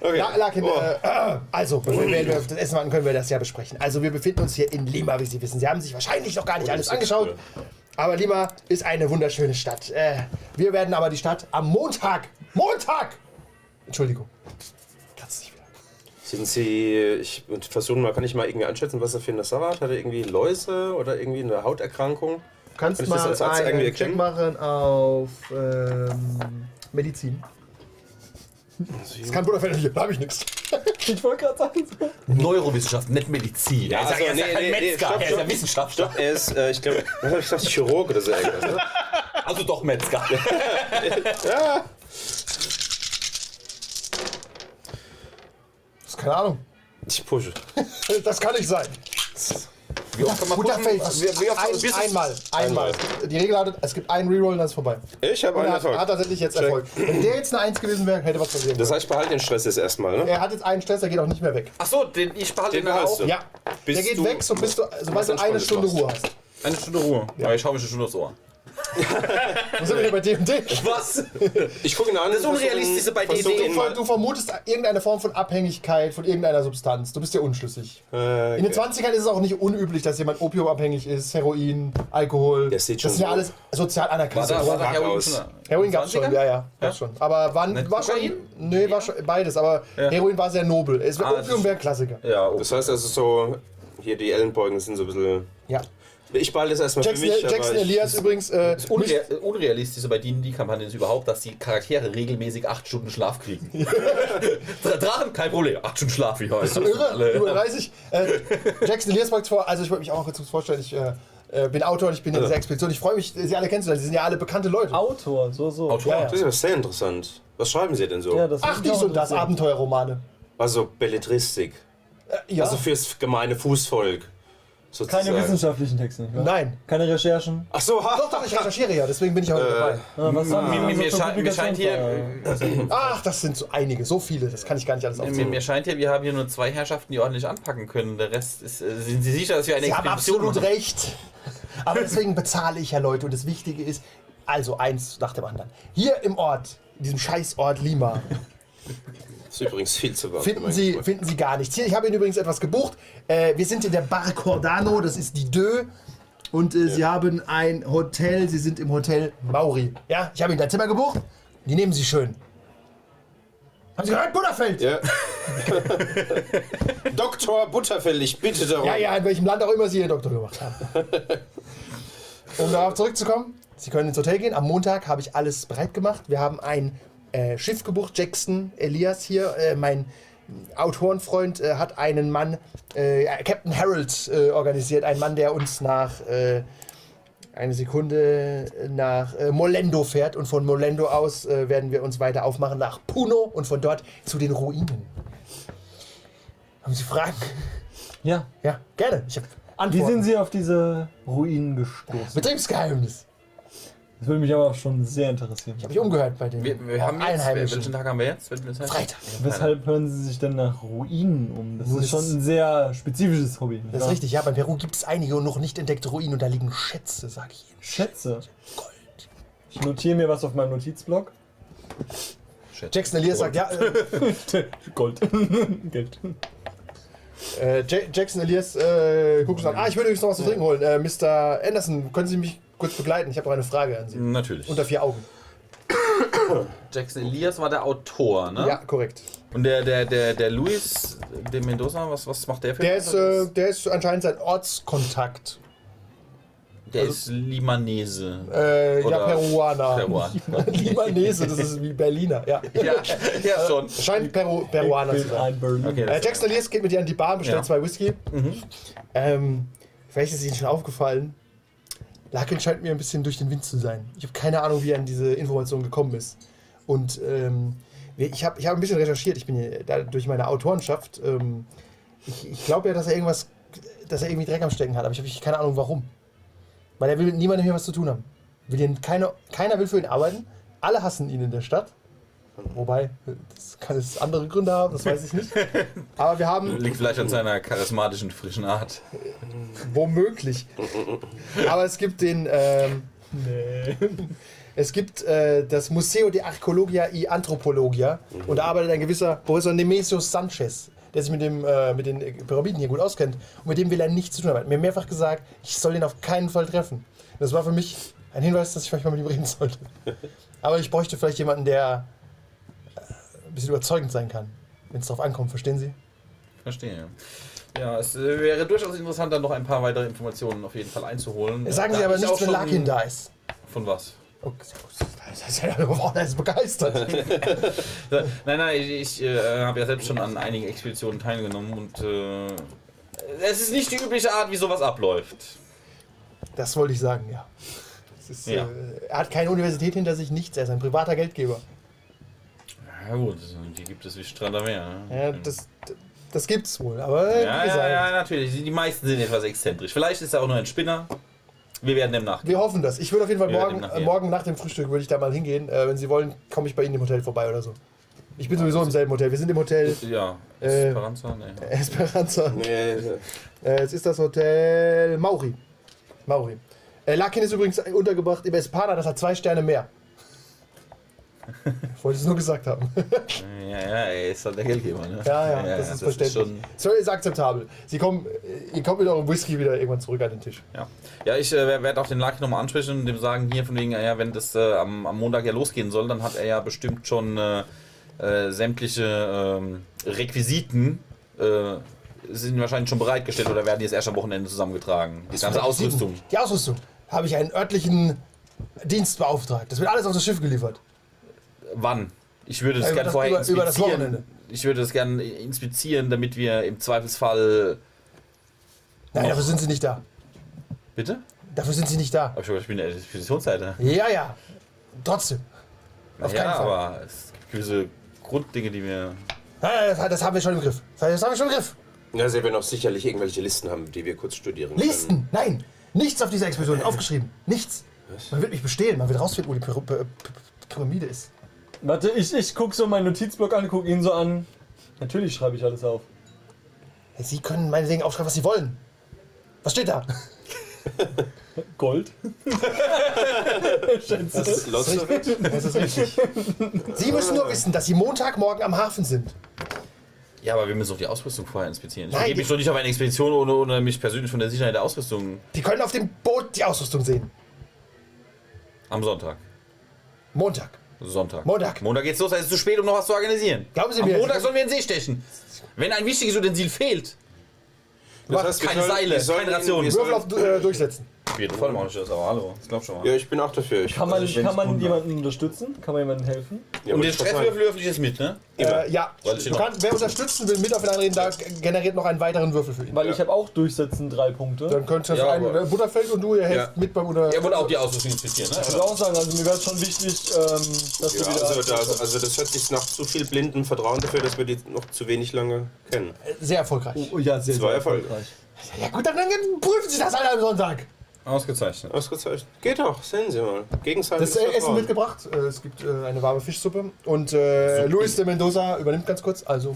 [SPEAKER 4] Okay.
[SPEAKER 2] La, Larkin,
[SPEAKER 4] Oh.
[SPEAKER 2] äh, also, bevor wir wir auf das Essen warten, können wir das ja besprechen. Also, wir befinden uns hier in Lima, wie Sie wissen. Sie haben sich wahrscheinlich noch
[SPEAKER 4] Oh,
[SPEAKER 2] gar nicht alles angeschaut. Aber Lima ist eine wunderschöne Stadt. Äh, wir werden aber die Stadt am Montag, Montag! Entschuldigung. Kannst nicht wieder.
[SPEAKER 4] Sind Sie. Ich versuche mal, kann ich mal irgendwie einschätzen, was er für eine Sache hat? Hat er irgendwie Läuse oder irgendwie eine Hauterkrankung?
[SPEAKER 2] kannst
[SPEAKER 4] Kann ich das
[SPEAKER 2] mal
[SPEAKER 4] als Arzt
[SPEAKER 2] einen
[SPEAKER 4] irgendwie
[SPEAKER 2] Check
[SPEAKER 4] erkennen?
[SPEAKER 2] machen auf ähm, Medizin. Das kann Butterfeld nicht, da habe ich nichts.
[SPEAKER 5] Ich wollte gerade sagen. so.
[SPEAKER 3] Neurowissenschaft, nicht Medizin.
[SPEAKER 4] Ja,
[SPEAKER 3] er ist, ja-
[SPEAKER 4] also,
[SPEAKER 3] er ist ja
[SPEAKER 4] nee,
[SPEAKER 3] kein
[SPEAKER 4] nee, nee,
[SPEAKER 3] Metzger,
[SPEAKER 4] stopp,
[SPEAKER 3] er ist ja
[SPEAKER 4] stopp.
[SPEAKER 3] Wissenschaftler.
[SPEAKER 4] Stopp, er ist, äh, ich glaube, was hab ich gesagt, Chirurg oder so irgendwas, ne?
[SPEAKER 3] Also doch Metzger.
[SPEAKER 2] Das ist keine Ahnung.
[SPEAKER 4] Ich pushe.
[SPEAKER 2] Das kann nicht sein.
[SPEAKER 3] Wie oft kann man
[SPEAKER 2] Butterfeld,
[SPEAKER 3] gucken? Wie- wie oft-
[SPEAKER 2] ein,
[SPEAKER 3] bis es-
[SPEAKER 2] einmal, einmal. Die Regel lautet, es gibt einen Reroll und dann ist vorbei.
[SPEAKER 4] Ich habe
[SPEAKER 2] Und
[SPEAKER 4] einen
[SPEAKER 2] er hat,
[SPEAKER 4] Erfolg.
[SPEAKER 2] hat tatsächlich jetzt Erfolg. Wenn der jetzt eine Eins gewesen wäre, hätte was passieren
[SPEAKER 4] Das
[SPEAKER 2] können.
[SPEAKER 4] heißt, ich behalte den Stress jetzt erstmal, ne?
[SPEAKER 2] Er hat jetzt einen Stress, der geht auch nicht mehr weg.
[SPEAKER 3] Ach so, den, ich behalte
[SPEAKER 4] Den
[SPEAKER 3] den
[SPEAKER 4] behalst
[SPEAKER 3] auch.
[SPEAKER 4] du.
[SPEAKER 2] Ja.
[SPEAKER 4] Bist
[SPEAKER 2] der geht
[SPEAKER 4] du-
[SPEAKER 2] weg, so bist du, sobald du
[SPEAKER 4] Was
[SPEAKER 2] eine
[SPEAKER 4] Entspanntes
[SPEAKER 2] Stunde
[SPEAKER 4] machst.
[SPEAKER 2] Ruhe hast.
[SPEAKER 3] Eine Stunde Ruhe. Ja. ich schaue mich eine Stunde aufs Ohr.
[SPEAKER 2] Was sind wir hier bei DMD?
[SPEAKER 3] Was?
[SPEAKER 4] Ich gucke ihn an. Das
[SPEAKER 3] Unrealistische bei DD.
[SPEAKER 2] Du, du vermutest irgendeine Form von Abhängigkeit von irgendeiner Substanz. Du bist dir unschlüssig.
[SPEAKER 4] Äh,
[SPEAKER 2] In den 20ern ist es auch nicht unüblich, dass jemand opiumabhängig ist, Heroin, Alkohol.
[SPEAKER 4] Das sieht
[SPEAKER 2] ist
[SPEAKER 4] schon
[SPEAKER 2] ja
[SPEAKER 4] so-
[SPEAKER 2] alles sozial anerkannt.
[SPEAKER 4] da- war da-
[SPEAKER 3] Heroin
[SPEAKER 4] aus.
[SPEAKER 3] schon-
[SPEAKER 2] Heroin gab's schon,
[SPEAKER 3] 20er?
[SPEAKER 2] ja, ja, gab's schon. Aber wann
[SPEAKER 3] Nicht
[SPEAKER 2] war schon.
[SPEAKER 3] Kokain?
[SPEAKER 2] Nee, war schon beides, aber Heroin war sehr nobel. Es,
[SPEAKER 3] Ah, das
[SPEAKER 2] Opium
[SPEAKER 3] ist-
[SPEAKER 2] wäre ein Klassiker.
[SPEAKER 3] Ja, oh.
[SPEAKER 4] Das heißt also so, hier die Ellenbeugen sind so ein bisschen.
[SPEAKER 2] Ja.
[SPEAKER 4] Ich behalte das erstmal
[SPEAKER 2] Jackson,
[SPEAKER 4] für mich.
[SPEAKER 2] Jackson
[SPEAKER 4] aber ich,
[SPEAKER 2] Elias übrigens. Äh,
[SPEAKER 3] Unreal, Unrealistische bei D&D-Kampagnen ist überhaupt, dass die Charaktere regelmäßig 8 Stunden Schlaf kriegen. Dra- Drachen, kein Problem. 8 Stunden Schlaf, wie heute.
[SPEAKER 2] irre, über 30. Äh, Jackson Elias mag vor. Also, ich wollte mich auch kurz vorstellen. Ich äh, äh, bin Autor und ich bin in dieser Expedition. Ich freue mich, Sie alle kennenzulernen. Sie sind ja alle bekannte Leute.
[SPEAKER 5] Autor, so, so.
[SPEAKER 3] Autor.
[SPEAKER 2] Ja, ja.
[SPEAKER 4] das ist ja sehr interessant. Was schreiben Sie denn so?
[SPEAKER 5] Ja, das
[SPEAKER 2] Ach,
[SPEAKER 5] ist auch
[SPEAKER 2] dies und das,
[SPEAKER 5] interessant.
[SPEAKER 2] Abenteuerromane.
[SPEAKER 4] also Belletristik.
[SPEAKER 2] Ja.
[SPEAKER 4] Also fürs gemeine Fußvolk. Sozusagen.
[SPEAKER 5] Keine wissenschaftlichen Texte, nicht wahr?
[SPEAKER 2] Nein.
[SPEAKER 5] Keine Recherchen.
[SPEAKER 4] Ach so, ha.
[SPEAKER 2] Doch, doch, ich recherchiere ja, deswegen bin ich heute dabei.
[SPEAKER 5] Ah, was haben
[SPEAKER 3] Hm, Mir, mir,
[SPEAKER 5] wir so
[SPEAKER 3] mir,
[SPEAKER 5] zur
[SPEAKER 3] scheint, mir scheint hier,
[SPEAKER 5] Publikation?
[SPEAKER 2] Ach, das sind so einige, so viele, das kann ich gar nicht alles
[SPEAKER 3] mir,
[SPEAKER 2] aufzählen.
[SPEAKER 3] mir scheint hier, wir haben hier nur zwei Herrschaften, die ordentlich anpacken können. Der Rest ist. äh, Sind Sie sicher, dass wir eine
[SPEAKER 2] Sie haben
[SPEAKER 3] Expedition
[SPEAKER 2] absolut
[SPEAKER 3] machen?
[SPEAKER 2] recht. Aber deswegen bezahle ich ja Leute. Und das Wichtige ist, also eins nach dem anderen. Hier im Ort, in diesem Scheißort Lima,
[SPEAKER 4] Ist übrigens viel zu warm.
[SPEAKER 2] finden Sie, finden Sie gar nichts. Hier, ich habe Ihnen übrigens etwas gebucht. Äh, wir sind in der Bar Cordano, das ist die Dö. Und äh, Sie haben ein Hotel, Sie sind im Hotel Mauri. Ja, ich habe Ihnen ein Zimmer gebucht. Die nehmen Sie schön. Haben Sie gehört, Butterfeld?
[SPEAKER 4] Ja. Doktor Butterfeld, ich bitte darum.
[SPEAKER 2] Ja, ja, in welchem Land auch immer Sie Ihren Doktor gemacht haben. um darauf zurückzukommen, Sie können ins Hotel gehen. Am Montag habe ich alles bereit gemacht. Wir haben ein äh, Schiff gebucht, Jackson Elias hier. Äh, mein Autorenfreund äh, hat einen Mann, äh, Captain Harold, äh, organisiert. Ein Mann, der uns nach. Äh, eine Sekunde nach äh, Molendo fährt und von Molendo aus äh, werden wir uns weiter aufmachen nach Puno und von dort zu den Ruinen. Haben Sie Fragen?
[SPEAKER 5] Ja.
[SPEAKER 2] Ja, gerne. Ich habe
[SPEAKER 5] Wie
[SPEAKER 2] Antworten.
[SPEAKER 5] sind Sie auf diese Ruinen gestoßen?
[SPEAKER 2] Betriebsgeheimnis.
[SPEAKER 5] Das würde mich aber auch schon sehr interessieren.
[SPEAKER 2] Hab ich umgehört bei den
[SPEAKER 3] Wir, wir haben jetzt, welchen
[SPEAKER 2] Einheimischen.
[SPEAKER 3] Tag haben wir jetzt? Welchen Tag?
[SPEAKER 2] Freitag.
[SPEAKER 5] Weshalb hören Sie sich denn nach Ruinen um? Das
[SPEAKER 2] Nun,
[SPEAKER 5] ist schon
[SPEAKER 2] das-
[SPEAKER 5] ein sehr spezifisches Hobby. nicht
[SPEAKER 2] Das ist
[SPEAKER 5] wahr?
[SPEAKER 2] richtig, ja, bei Peru gibt es einige und noch nicht entdeckte Ruinen und da liegen Schätze, sag ich Ihnen.
[SPEAKER 5] Schätze. Ich notiere mir was auf meinem Notizblock.
[SPEAKER 2] Jackson Elias sagt, ja, äh,
[SPEAKER 5] Gold. Geld.
[SPEAKER 2] Äh, Ja Jackson Elias äh, guckt uns an. Ah, ich würde übrigens noch was zu trinken holen. Äh, Mr. Anderson, können Sie mich kurz begleiten? Ich habe noch eine Frage an Sie.
[SPEAKER 3] Natürlich.
[SPEAKER 2] Unter vier Augen.
[SPEAKER 3] Jackson Elias war der Autor, ne?
[SPEAKER 2] Ja, korrekt.
[SPEAKER 3] Und der, der, der, der Luis de Mendoza, was, was macht der für
[SPEAKER 2] Der ist, äh, der ist anscheinend sein Ortskontakt.
[SPEAKER 3] der ist Limanese.
[SPEAKER 2] also Äh, ja,
[SPEAKER 3] Oder-
[SPEAKER 2] Peruaner.
[SPEAKER 3] Peruaner.
[SPEAKER 2] Libanese, das ist wie Berliner, ja.
[SPEAKER 3] ja, ja, schon.
[SPEAKER 2] Scheint Peru Peruaner zu sein.
[SPEAKER 5] Ein Berlin.
[SPEAKER 3] Okay,
[SPEAKER 2] Äh,
[SPEAKER 3] das-
[SPEAKER 2] Jackson Elias geht mit dir an die Bar, bestellt
[SPEAKER 3] Ja.
[SPEAKER 2] zwei Whisky. Ähm, vielleicht ist Ihnen schon aufgefallen, Larkin scheint mir ein bisschen durch den Wind zu sein. Ich habe keine Ahnung, wie er an diese Information gekommen ist. Und ähm, wir- ich habe ich hab ein bisschen recherchiert. Ich bin ja da, durch meine Autorenschaft. Ähm, ich ich glaube ja, dass er irgendwas, dass er irgendwie Dreck am Stecken hat, aber ich habe keine Ahnung, warum. Weil er will mit niemandem hier was zu tun haben. Will ihn, keine, keiner will für ihn arbeiten. Alle hassen ihn in der Stadt. Wobei, das kann es andere Gründe haben, das weiß ich nicht. Aber wir haben
[SPEAKER 3] Liegt vielleicht an seiner charismatischen, frischen Art.
[SPEAKER 2] Womöglich. Aber es gibt den. Ähm, Es gibt äh, das Museo de Arcologia y Anthropologia und da arbeitet ein gewisser Professor Nemesio Sanchez, der sich mit, dem, äh, mit den Pyramiden hier gut auskennt und mit dem will er nichts zu tun haben. Mir mehrfach gesagt, ich soll ihn auf keinen Fall treffen. Und das war für mich ein Hinweis, dass ich vielleicht mal mit ihm reden sollte. Aber ich bräuchte vielleicht jemanden, der äh, ein bisschen überzeugend sein kann, wenn es darauf ankommt, verstehen Sie?
[SPEAKER 3] Verstehe. Ja, es äh, wäre durchaus interessant, dann noch ein paar weitere Informationen auf jeden Fall einzuholen.
[SPEAKER 2] Sagen
[SPEAKER 3] Da
[SPEAKER 2] Sie aber
[SPEAKER 3] ist auch
[SPEAKER 2] nichts, wenn
[SPEAKER 3] schon-
[SPEAKER 2] Larkin da ist.
[SPEAKER 3] Von was?
[SPEAKER 2] Oh, das ist ja, wow, der ist begeistert.
[SPEAKER 3] Äh, Nein, nein, ich, ich äh, habe ja selbst schon an einigen Expeditionen teilgenommen und äh, es ist nicht die übliche Art, wie sowas abläuft.
[SPEAKER 2] Das wollte ich sagen, ja. Das ist,
[SPEAKER 3] Ja.
[SPEAKER 2] Äh, er hat keine Universität hinter sich, nichts. Er ist ein privater Geldgeber.
[SPEAKER 3] Ja gut, die gibt es wie Strand am Meer. ne?
[SPEAKER 2] Ja, das, das gibt's wohl, aber wie
[SPEAKER 3] ja,
[SPEAKER 2] gesagt,
[SPEAKER 3] ja, ja, natürlich. Die meisten sind etwas exzentrisch. Vielleicht ist er auch nur ein Spinner. Wir werden dem nachgehen.
[SPEAKER 2] wir hoffen das. Ich würde auf jeden Fall
[SPEAKER 3] Wir
[SPEAKER 2] morgen,
[SPEAKER 3] werden
[SPEAKER 2] äh,
[SPEAKER 3] nachher.
[SPEAKER 2] morgen nach dem Frühstück würde ich da mal hingehen. Äh, wenn Sie wollen, komme ich bei Ihnen im Hotel vorbei oder so. Ich bin sowieso im selben Hotel. Wir sind im Hotel
[SPEAKER 3] Ja,
[SPEAKER 2] Äh,
[SPEAKER 3] Esperanza? Nee.
[SPEAKER 2] Esperanza.
[SPEAKER 4] Nee,
[SPEAKER 2] Äh, es ist das Hotel Mauri. Mauri. Äh, Larkin ist übrigens untergebracht im Espana, das hat zwei Sterne mehr. Ich wollte es nur gesagt haben.
[SPEAKER 3] Ja, ja, er ist halt der Geldgeber, ne?
[SPEAKER 2] Ja, ja, das ist verständlich.
[SPEAKER 3] schon-
[SPEAKER 2] Das ist, akzeptabel. Sie kommen, äh, ihr kommt mit eurem Whisky wieder irgendwann zurück an den Tisch.
[SPEAKER 3] Ja, ja ich äh, werde auch den Lucky nochmal ansprechen und dem sagen, hier von wegen, äh, ja, wenn das äh, am, am Montag ja losgehen soll, dann hat er ja bestimmt schon äh, äh, sämtliche ähm, Requisiten äh, sind wahrscheinlich schon bereitgestellt oder werden jetzt erst am Wochenende zusammengetragen. Die ganze Ausrüstung.
[SPEAKER 2] Die Ausrüstung. Habe ich einen örtlichen Dienst beauftragt. Das wird alles auf das Schiff geliefert.
[SPEAKER 3] Wann? Ich würde das
[SPEAKER 2] Über
[SPEAKER 3] gerne
[SPEAKER 2] Also das-
[SPEAKER 3] vorher
[SPEAKER 2] über- über das
[SPEAKER 3] inspizieren.
[SPEAKER 2] Wochenende.
[SPEAKER 3] ich würde das gerne inspizieren, damit wir im Zweifelsfall.
[SPEAKER 2] Nein, dafür sind sie nicht da.
[SPEAKER 3] Bitte?
[SPEAKER 2] Dafür sind sie nicht da.
[SPEAKER 3] Aber ich, ich bin der Expeditionsleiter.
[SPEAKER 2] Ja, ja. Trotzdem. Auf
[SPEAKER 3] ja,
[SPEAKER 2] keinen Fall.
[SPEAKER 3] aber es gibt gewisse Grunddinge, die wir.
[SPEAKER 2] Nein, nein, das, das haben wir schon im Griff. Das haben wir schon im Griff.
[SPEAKER 4] Na, sie werden auch sicherlich irgendwelche Listen haben, die wir kurz studieren können.
[SPEAKER 2] Listen! Nein! Nichts auf dieser Expedition. Aufgeschrieben. Nichts. Man wird mich bestehlen. Man wird rausfinden, wo die Pyra- Py- Py- Pyramide ist.
[SPEAKER 5] Warte, ich, ich guck so meinen Notizblock an, guck ihn so an. Natürlich schreibe ich alles auf.
[SPEAKER 2] Sie können meinetwegen aufschreiben, was Sie wollen. Was steht da?
[SPEAKER 5] Gold? Schätze.
[SPEAKER 4] Lots of it.
[SPEAKER 2] Das ist richtig. Sie müssen nur wissen, dass Sie Montagmorgen am Hafen sind.
[SPEAKER 3] Ja, aber wir müssen auch die Ausrüstung vorher inspizieren. Ich
[SPEAKER 2] Nein,
[SPEAKER 3] begebe mich
[SPEAKER 2] die-
[SPEAKER 3] doch nicht auf eine Expedition, ohne, ohne mich persönlich von der Sicherheit der Ausrüstung
[SPEAKER 2] Die können auf dem Boot die Ausrüstung sehen.
[SPEAKER 3] am Sonntag. Also
[SPEAKER 2] Montag.
[SPEAKER 3] Sonntag.
[SPEAKER 2] Montag.
[SPEAKER 3] Montag geht's los, da ist es zu spät, um noch was zu organisieren.
[SPEAKER 2] Glauben Sie
[SPEAKER 3] Am
[SPEAKER 2] mir, Sie
[SPEAKER 3] Montag
[SPEAKER 2] können-
[SPEAKER 3] sollen wir in den See stechen. Wenn ein wichtiges Utensil fehlt.
[SPEAKER 4] Das heißt, wir
[SPEAKER 3] keine
[SPEAKER 4] sollen-
[SPEAKER 3] Seile,
[SPEAKER 4] wir sollen
[SPEAKER 3] keine Rationen.
[SPEAKER 4] irgendwie-
[SPEAKER 2] Würfel auf äh, Durchsetzen.
[SPEAKER 3] Auf jeden Fall mache ich das, aber hallo. Ich glaube schon mal.
[SPEAKER 4] Ja, ich bin auch dafür. Ich,
[SPEAKER 5] Kann man,
[SPEAKER 4] also ich-
[SPEAKER 5] kann man jemanden unterstützen? Kann man jemandem helfen?
[SPEAKER 4] Ja,
[SPEAKER 3] Und den
[SPEAKER 4] wollte ich was sagen.
[SPEAKER 3] Stresswürfel würfel ich jetzt mit, ne?
[SPEAKER 2] Äh, ja.
[SPEAKER 3] Weil ich
[SPEAKER 2] Du
[SPEAKER 3] noch-
[SPEAKER 2] kannst- wer unterstützen will, mit auf den anderen reden, da generiert noch einen weiteren Würfel für ihn.
[SPEAKER 5] Weil ich habe auch durchsetzen drei Punkte.
[SPEAKER 2] Dann könnt ihr
[SPEAKER 3] Ja,
[SPEAKER 2] einen
[SPEAKER 3] aber-
[SPEAKER 2] äh, Butterfeld und du, ihr helft
[SPEAKER 4] Ja.
[SPEAKER 2] mit beim Unter.
[SPEAKER 3] Er wollte auch die Ausrüstung inspizieren,
[SPEAKER 5] Ich
[SPEAKER 3] ne?
[SPEAKER 5] würde auch sagen, also mir wäre es schon wichtig, ähm, dass
[SPEAKER 4] Ja,
[SPEAKER 5] du wieder.
[SPEAKER 4] also, das, also das hört sich nach zu viel blindem Vertrauen dafür, dass wir die noch zu wenig lange kennen.
[SPEAKER 2] Sehr erfolgreich.
[SPEAKER 5] oh, ja, sehr,
[SPEAKER 4] Zwei Erfolge.
[SPEAKER 2] Ja gut, dann, dann prüfen Sie das alle am Sonntag.
[SPEAKER 3] Ausgezeichnet.
[SPEAKER 4] Ausgezeichnet. Geht doch, sehen Sie mal. Gegenseitiges
[SPEAKER 2] Das äh, Essen
[SPEAKER 4] Vertrauen.
[SPEAKER 2] mitgebracht. Äh, es gibt äh, eine warme Fischsuppe. Und äh, Luis de Mendoza übernimmt ganz kurz. Also,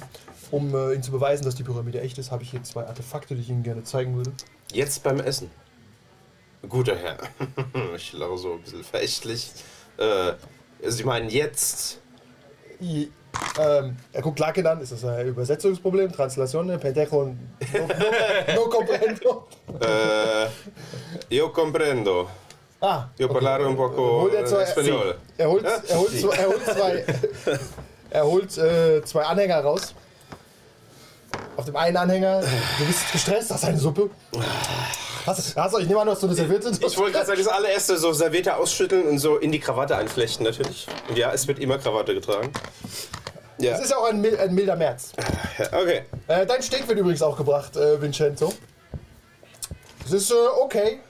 [SPEAKER 2] um äh, Ihnen zu beweisen, dass die Pyramide echt ist, habe ich hier zwei Artefakte, die ich Ihnen gerne zeigen würde.
[SPEAKER 4] Jetzt beim Essen. Guter Herr. ich lache so ein bisschen verächtlich. Äh, Sie meinen jetzt.
[SPEAKER 2] I- Ähm, er guckt Larkin an, ist das ein Übersetzungsproblem? Translation, Pentejo, no, no, no comprendo.
[SPEAKER 4] Eh, io comprendo.
[SPEAKER 2] Ah,
[SPEAKER 4] Io parlare un poco
[SPEAKER 2] Holt er zwei-
[SPEAKER 4] eh, spagnolo.
[SPEAKER 2] Er holt, er holt, zwei- er holt zwei, er holt, äh, zwei Anhänger raus. Auf dem einen Anhänger, du bist gestresst, hast eine Suppe. Hast, hast euch niemand noch so eine Serviette?
[SPEAKER 4] Ich wollte gerade sagen, das allererste so Serviette ausschütteln und so in die Krawatte einflechten natürlich. Und ja, es wird immer Krawatte getragen. Ja,
[SPEAKER 2] Es ist ja auch ein, mil- ein milder März.
[SPEAKER 4] okay.
[SPEAKER 2] Äh, dein Steak wird übrigens auch gebracht, äh, Vincenzo. Es ist äh, okay.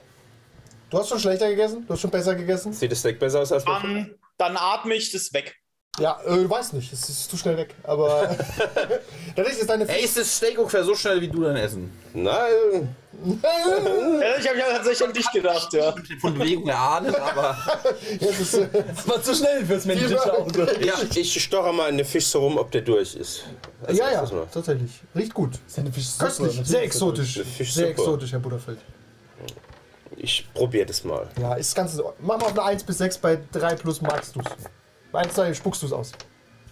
[SPEAKER 2] Du hast schon schlechter gegessen, du hast schon besser gegessen.
[SPEAKER 4] Sieht das Steak besser aus als bevor?
[SPEAKER 6] Dann, dann atme ich das weg.
[SPEAKER 2] Ja, äh, weiß nicht, es ist zu schnell weg. Aber tatsächlich ist deine
[SPEAKER 3] Ey, ist das Steak ungefähr so schnell wie du dein Essen?
[SPEAKER 4] Nein.
[SPEAKER 6] Ja, ich habe ja tatsächlich an dich gedacht, ja.
[SPEAKER 3] Von Bewegung erahnen, aber
[SPEAKER 2] Jetzt ist, äh,
[SPEAKER 5] Das war zu schnell fürs menschliche
[SPEAKER 2] Fieber.
[SPEAKER 5] Auge.
[SPEAKER 3] ja.
[SPEAKER 4] Ich stoche mal in den Fisch so rum, ob der durch ist. Also, Als
[SPEAKER 2] Ja, ja,
[SPEAKER 4] erstes mal.
[SPEAKER 2] tatsächlich. Riecht gut.
[SPEAKER 5] Seine Fischsuppe,
[SPEAKER 2] Köstlich,
[SPEAKER 5] natürlich
[SPEAKER 2] sehr
[SPEAKER 5] ist das gut.
[SPEAKER 2] exotisch.
[SPEAKER 4] Eine Fischsuppe.
[SPEAKER 2] Sehr exotisch, Herr Butterfeld.
[SPEAKER 4] Ich probiere das mal.
[SPEAKER 2] Ja, ist ganz in Ordnung. Mach mal auf eine 1 bis 6, bei 3 plus magst du's. Bei 1, 2 spuckst du's aus.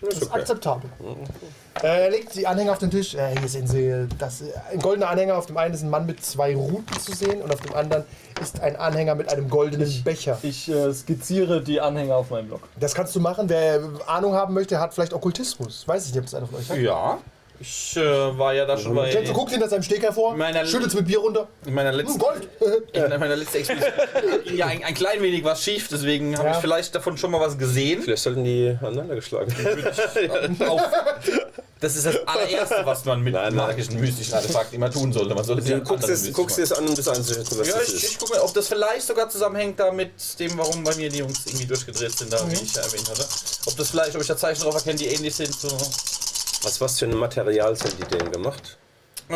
[SPEAKER 2] Das ist
[SPEAKER 4] okay.
[SPEAKER 2] akzeptabel. Äh, Er legt die Anhänger auf den Tisch. Äh, hier sehen Sie, äh, das, äh, ein goldener Anhänger. Auf dem einen ist ein Mann mit zwei Ruten zu sehen und auf dem anderen ist ein Anhänger mit einem goldenen Becher.
[SPEAKER 5] Ich äh, skizziere die Anhänger auf meinem Blog.
[SPEAKER 2] Das kannst du machen. Wer Ahnung haben möchte, hat vielleicht Okkultismus. Weiß ich nicht, ob es einer von euch hat.
[SPEAKER 3] Ja. Ich äh, war ja da schon bei.
[SPEAKER 2] Jenso guckt hinter seinem Steg hervor,
[SPEAKER 3] Meiner-
[SPEAKER 2] schüttelt's mit Bier runter.
[SPEAKER 3] In
[SPEAKER 4] Oh
[SPEAKER 3] meiner
[SPEAKER 2] Hm,
[SPEAKER 3] letzten,
[SPEAKER 2] Gold!
[SPEAKER 3] in meiner letzten Expedition ging ja ein, ein klein wenig was schief, deswegen habe
[SPEAKER 2] Ja.
[SPEAKER 3] ich vielleicht davon schon mal was gesehen.
[SPEAKER 4] Vielleicht sollten die aneinander geschlagen werden.
[SPEAKER 3] Auf, das ist das allererste, was man mit
[SPEAKER 4] Nein, nein.
[SPEAKER 3] magischen, mystischen Artefakten immer tun sollte. Man sollte
[SPEAKER 4] Du guckst es, guckst es an, um das anzuhören, was
[SPEAKER 3] Ja,
[SPEAKER 4] das
[SPEAKER 3] ich, ich
[SPEAKER 4] ist.
[SPEAKER 3] gucke mir, ob das vielleicht sogar zusammenhängt da mit dem, warum bei mir die Jungs irgendwie durchgedreht sind, da,
[SPEAKER 4] Mhm.
[SPEAKER 3] wie ich ja erwähnt hatte. Ob das vielleicht, ob ich da Zeichen drauf erkenne, die ähnlich sind. So.
[SPEAKER 4] Aus was für einem Material sind die denn gemacht?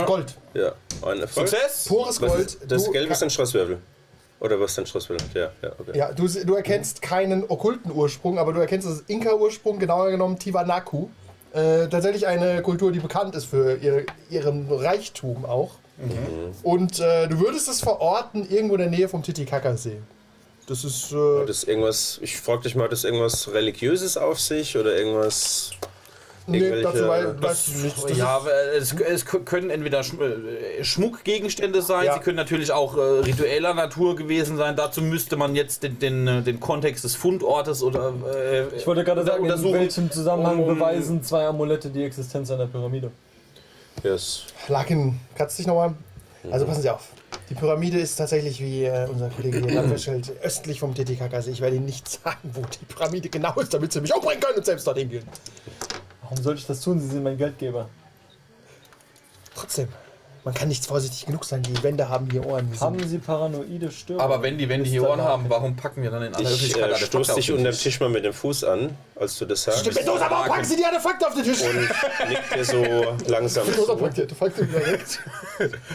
[SPEAKER 2] Gold.
[SPEAKER 4] Ja, ein Erfolg.
[SPEAKER 3] Prozess?
[SPEAKER 2] Pures
[SPEAKER 4] Was
[SPEAKER 2] Gold.
[SPEAKER 4] ist, das
[SPEAKER 2] Du-
[SPEAKER 4] Gelbe ist ein Schlosswirbel. Oder was ist ein Schlosswirbel? Ja, ja, okay.
[SPEAKER 2] Ja, du, du erkennst keinen okkulten Ursprung, aber du erkennst das Inka-Ursprung, genauer genommen Tiwanaku. Äh, tatsächlich eine Kultur, die bekannt ist für ihre, ihren Reichtum auch.
[SPEAKER 4] Mhm.
[SPEAKER 2] Und äh, du würdest es verorten irgendwo in der Nähe vom Titicacasee. Das ist. Äh,
[SPEAKER 4] Hat das irgendwas, ich frage dich mal, hat das irgendwas Religiöses auf sich oder irgendwas.
[SPEAKER 2] nee,
[SPEAKER 4] irgendwelche-
[SPEAKER 2] dazu wei-
[SPEAKER 4] das-
[SPEAKER 2] weißt du nichts. Das
[SPEAKER 3] Oh Ja,
[SPEAKER 2] ist-
[SPEAKER 3] es, es können entweder Schm- äh, Schmuckgegenstände sein,
[SPEAKER 2] Ja.
[SPEAKER 3] sie können natürlich auch äh, ritueller Natur gewesen sein. Dazu müsste man jetzt den, den, äh, den Kontext des Fundortes oder äh,
[SPEAKER 5] Ich wollte gerade
[SPEAKER 3] unter-
[SPEAKER 5] sagen, in
[SPEAKER 3] untersuchen.
[SPEAKER 5] welchem Zusammenhang
[SPEAKER 3] Um-
[SPEAKER 5] beweisen zwei Amulette die Existenz einer Pyramide?
[SPEAKER 4] Yes.
[SPEAKER 2] Larkin, kannst du dich nochmal.
[SPEAKER 4] Mhm.
[SPEAKER 2] Also passen Sie auf. Die Pyramide ist tatsächlich, wie äh, unser Kollege hier Landwischelt, östlich vom Titicacasee. Ich werde Ihnen nicht sagen, wo die Pyramide genau ist, damit Sie mich umbringen können und selbst dorthin gehen.
[SPEAKER 5] Warum sollte ich das tun? Sie sind mein Geldgeber.
[SPEAKER 2] Trotzdem, man kann nicht vorsichtig genug sein. Die Wände haben hier Ohren. Wir sind-
[SPEAKER 5] Haben Sie paranoide Störungen?
[SPEAKER 3] Aber wenn die, wenn die hier
[SPEAKER 5] Ist
[SPEAKER 3] Ohren
[SPEAKER 5] danach-
[SPEAKER 3] haben, warum packen wir dann in alle
[SPEAKER 4] Ich
[SPEAKER 3] Öffentlichkeit
[SPEAKER 4] äh,
[SPEAKER 3] Artefakte
[SPEAKER 4] stoß
[SPEAKER 3] auf
[SPEAKER 4] dich
[SPEAKER 3] den
[SPEAKER 4] unter dem
[SPEAKER 3] Tisch?
[SPEAKER 4] Tisch mal mit dem Fuß an, als du das sagst.
[SPEAKER 2] Stimmt, Mendoza, warum packen Sie die Artefakte auf den Tisch?
[SPEAKER 4] Und nick dir so langsam.
[SPEAKER 2] Mendoza
[SPEAKER 4] zu.
[SPEAKER 2] packt die Artefakte wieder weg.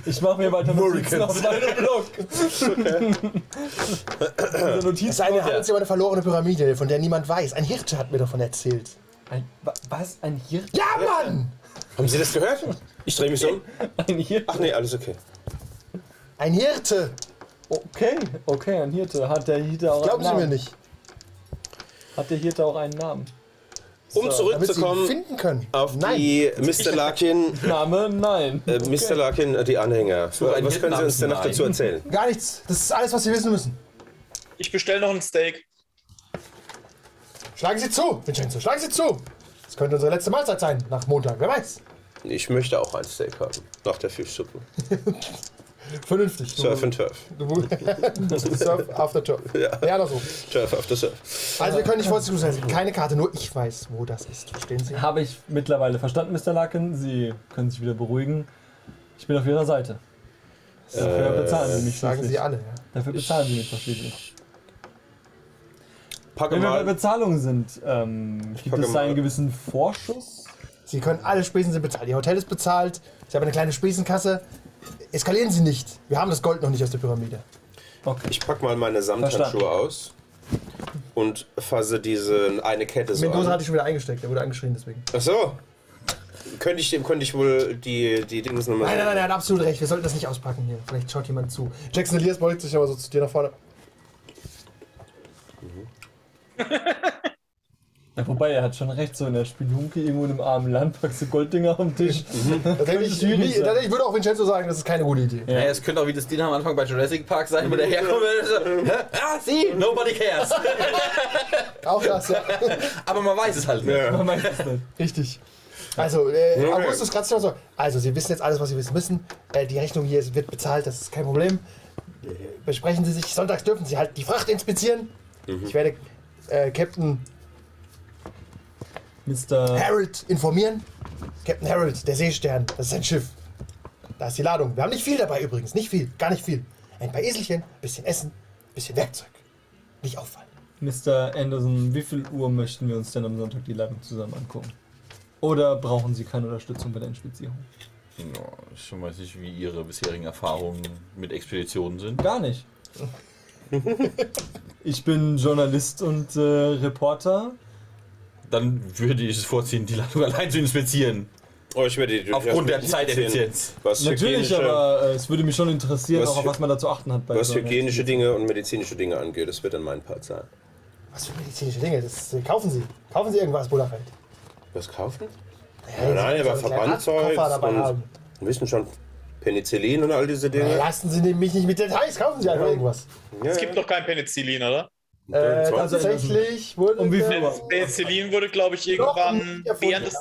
[SPEAKER 5] Ich mache mir weiter Notizen auf meinem Blog. Dieser
[SPEAKER 2] Das
[SPEAKER 5] Notiz
[SPEAKER 2] eine handelt sich um eine verlorene Pyramide, von der niemand weiß. Ein Hirte hat mir davon erzählt.
[SPEAKER 5] Ein, wa- was? Ein Hirte?
[SPEAKER 2] Ja, Mann!
[SPEAKER 4] Haben Sie das gehört? Ich drehe mich um.
[SPEAKER 5] Ein Hirte?
[SPEAKER 4] Ach nee, alles okay.
[SPEAKER 2] Ein Hirte!
[SPEAKER 5] Okay, okay, ein Hirte. Hat der Hirte auch
[SPEAKER 2] Glauben
[SPEAKER 5] einen
[SPEAKER 2] Sie
[SPEAKER 5] Namen?
[SPEAKER 2] mir nicht.
[SPEAKER 5] Hat der Hirte auch einen Namen?
[SPEAKER 4] Um
[SPEAKER 2] Damit Sie ihn
[SPEAKER 4] zurückzukommen
[SPEAKER 2] finden können.
[SPEAKER 4] auf
[SPEAKER 2] Nein.
[SPEAKER 4] die Mr. Larkin,
[SPEAKER 5] Name? Nein.
[SPEAKER 4] äh, Mr. Larkin, äh, die Anhänger.
[SPEAKER 3] ein
[SPEAKER 4] Was können Sie uns denn noch
[SPEAKER 3] Nein.
[SPEAKER 4] dazu erzählen?
[SPEAKER 2] Gar nichts. Das ist alles, was Sie wissen müssen.
[SPEAKER 6] Ich bestelle noch ein Steak.
[SPEAKER 2] Schlagen Sie zu, Vincenzo, schlagen Sie zu! Das könnte unsere letzte Mahlzeit sein, nach Montag, wer weiß.
[SPEAKER 4] Ich möchte auch ein Steak haben. Nach der Fischsuppe.
[SPEAKER 2] Vernünftig. Du,
[SPEAKER 4] Surf and Turf.
[SPEAKER 2] du, surf after turf. Ja. ja, oder so.
[SPEAKER 4] Turf after Surf.
[SPEAKER 2] Also wir können nicht vorsichtig sein. Keine Karte, nur ich weiß, wo das ist. Verstehen Sie?
[SPEAKER 5] Habe ich mittlerweile verstanden, Mr. Larkin. Sie können sich wieder beruhigen. Ich bin auf Ihrer Seite. Dafür bezahlen Sie mich
[SPEAKER 2] Sagen Sie
[SPEAKER 5] schließlich.
[SPEAKER 2] alle. Ja.
[SPEAKER 5] Dafür bezahlen Sie mich doch schließlich.
[SPEAKER 4] Packe
[SPEAKER 5] Wenn wir bei
[SPEAKER 4] mal.
[SPEAKER 5] Bezahlung sind, ähm, gibt
[SPEAKER 4] packe
[SPEAKER 5] es da
[SPEAKER 4] mal-
[SPEAKER 5] einen gewissen Vorschuss?
[SPEAKER 2] Sie können alle Spesen sind bezahlt. Ihr Hotel ist bezahlt. Sie haben eine kleine Spesenkasse. Eskalieren Sie nicht. Wir haben das Gold noch nicht aus der Pyramide.
[SPEAKER 5] Okay.
[SPEAKER 4] Ich pack mal meine Samthandschuhe aus und fasse diese eine Kette so
[SPEAKER 2] Mendoza
[SPEAKER 4] an.
[SPEAKER 2] hatte ich schon wieder eingesteckt. Er wurde angeschrien deswegen.
[SPEAKER 4] Ach so. Könnte ich, könnte ich wohl die, die Dings nochmal.
[SPEAKER 2] Nein, nein, nein, er hat absolut recht. Wir sollten das nicht auspacken hier. Vielleicht schaut jemand zu. Jackson Elias beugt sich aber so zu dir nach vorne.
[SPEAKER 5] Ja, wobei, er hat schon recht, so in der Spielhunke irgendwo in einem armen Land packst du Golddinger am Tisch.
[SPEAKER 2] Das hätte ich,
[SPEAKER 5] schwierig
[SPEAKER 2] nie,
[SPEAKER 5] sein.
[SPEAKER 2] ich würde auch Vincenzo sagen, das ist keine gute Idee.
[SPEAKER 3] Naja, es könnte auch wie das Ding am Anfang bei Jurassic Park sein, wo der herkommt. und so, "Hä? Ah, sie, nobody cares.
[SPEAKER 2] Auch das, ja.
[SPEAKER 3] Aber man weiß es halt nicht.
[SPEAKER 4] Ja.
[SPEAKER 5] Man meint es nicht.
[SPEAKER 2] Richtig. Also, äh,
[SPEAKER 4] Okay.
[SPEAKER 2] Augustus kratzt sich noch so. Also, Sie wissen jetzt alles, was Sie wissen müssen. Äh, die Rechnung hier ist- wird bezahlt, das ist kein Problem. Äh, besprechen Sie sich. Sonntags dürfen Sie halt die Fracht inspizieren. Ich werde äh, Captain
[SPEAKER 5] Mr.
[SPEAKER 2] Harold informieren. Captain Harold, der Seestern, das ist ein Schiff. Da ist die Ladung. Wir haben nicht viel dabei übrigens. Nicht viel, gar nicht viel. Ein paar Eselchen, bisschen Essen, bisschen Werkzeug. Nicht auffallen.
[SPEAKER 5] Mr. Anderson, wie viel Uhr möchten wir uns denn am Sonntag die Ladung zusammen angucken? Oder brauchen Sie keine Unterstützung bei der Inspizierung?
[SPEAKER 3] Ja, Ich weiß nicht, wie Ihre bisherigen Erfahrungen mit Expeditionen sind.
[SPEAKER 5] Gar nicht. ich bin Journalist und äh, Reporter.
[SPEAKER 3] Dann würde ich es vorziehen, die Ladung allein zu inspizieren.
[SPEAKER 4] Oh, ich werde die
[SPEAKER 3] Aufgrund der
[SPEAKER 4] ich werde die
[SPEAKER 3] Zeiteffizienz.
[SPEAKER 4] Was
[SPEAKER 5] Natürlich,
[SPEAKER 4] hygienische-
[SPEAKER 5] aber äh, es würde mich schon interessieren,
[SPEAKER 4] Was
[SPEAKER 5] auch, auf
[SPEAKER 4] für-
[SPEAKER 5] was man da zu achten hat bei
[SPEAKER 4] Was
[SPEAKER 5] so einer-
[SPEAKER 4] hygienische Dinge und medizinische Dinge angeht, das wird dann mein Part sein.
[SPEAKER 2] Was für medizinische Dinge. Das, äh, kaufen Sie. Kaufen Sie irgendwas, Bullerfeld.
[SPEAKER 4] Was kaufen?
[SPEAKER 2] Ja,
[SPEAKER 4] nein, aber Verbandzeug
[SPEAKER 2] dabei
[SPEAKER 4] und-
[SPEAKER 2] haben.
[SPEAKER 4] Wir wissen schon Penicillin und all diese
[SPEAKER 2] Ja,
[SPEAKER 4] Dinge.
[SPEAKER 2] Lassen Sie mich nicht mit Details, kaufen Sie einfach
[SPEAKER 4] Ja.
[SPEAKER 2] irgendwas.
[SPEAKER 4] Ja,
[SPEAKER 6] Es gibt noch kein Penicillin, oder?
[SPEAKER 2] Äh,
[SPEAKER 4] 20.
[SPEAKER 2] tatsächlich wurde.
[SPEAKER 5] Um wie viel
[SPEAKER 2] der-
[SPEAKER 5] Uhr?
[SPEAKER 6] Penicillin wurde, glaube ich, irgendwann
[SPEAKER 2] nicht erfunden.
[SPEAKER 6] während des.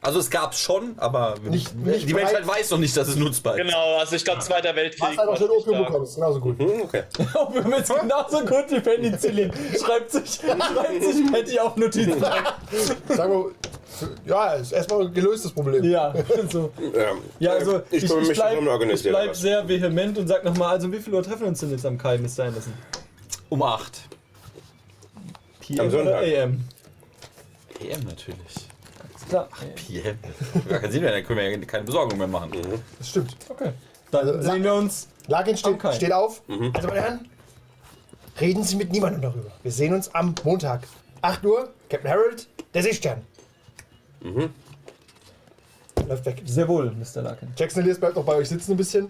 [SPEAKER 3] Also es gab es schon, aber
[SPEAKER 2] Nicht- nicht
[SPEAKER 3] die
[SPEAKER 2] bereit-
[SPEAKER 3] Menschheit weiß noch nicht, dass es nutzbar ist.
[SPEAKER 6] Genau, also ich glaube, Zweiter Weltkrieg.
[SPEAKER 2] Hast einfach
[SPEAKER 6] war
[SPEAKER 2] schön
[SPEAKER 6] nicht
[SPEAKER 2] Opium
[SPEAKER 6] da.
[SPEAKER 2] bekommen, ist genauso gut.
[SPEAKER 4] Hm, okay.
[SPEAKER 5] Ob wir jetzt genauso gut wie Penicillin. Schreibt sich, schreibt sich Patty auf Notizen.
[SPEAKER 2] Sagen wir, ja, ist erstmal gelöstes Problem.
[SPEAKER 5] Ja, so.
[SPEAKER 4] Ähm,
[SPEAKER 5] Ja, also ich, ich,
[SPEAKER 4] kümmere mich
[SPEAKER 5] bleib,
[SPEAKER 4] darum,
[SPEAKER 5] ich
[SPEAKER 4] organisiere
[SPEAKER 5] bleib
[SPEAKER 4] das.
[SPEAKER 5] sehr vehement und sag nochmal, also wie viel Uhr treffen wir uns denn jetzt am Kai, Mr. Anderson?
[SPEAKER 3] Um 8.
[SPEAKER 5] PM
[SPEAKER 4] Am Sonntag.
[SPEAKER 5] oder AM?
[SPEAKER 3] PM natürlich.
[SPEAKER 5] Klar.
[SPEAKER 3] PM. Gar keinen Sinn mehr, dann können wir ja keine Besorgung mehr machen.
[SPEAKER 2] Das stimmt.
[SPEAKER 5] Okay. Dann
[SPEAKER 2] Also,
[SPEAKER 5] sehen wir uns.
[SPEAKER 2] Lakin steht,
[SPEAKER 5] Okay.
[SPEAKER 2] steht auf. Also, meine Herren, reden Sie mit niemandem darüber. Wir sehen uns am Montag. 8 Uhr, Captain Harold, der Seestern. Läuft weg.
[SPEAKER 5] Sehr wohl, Mr. Larkin.
[SPEAKER 2] Jackson Elias bleibt noch bei euch sitzen ein bisschen.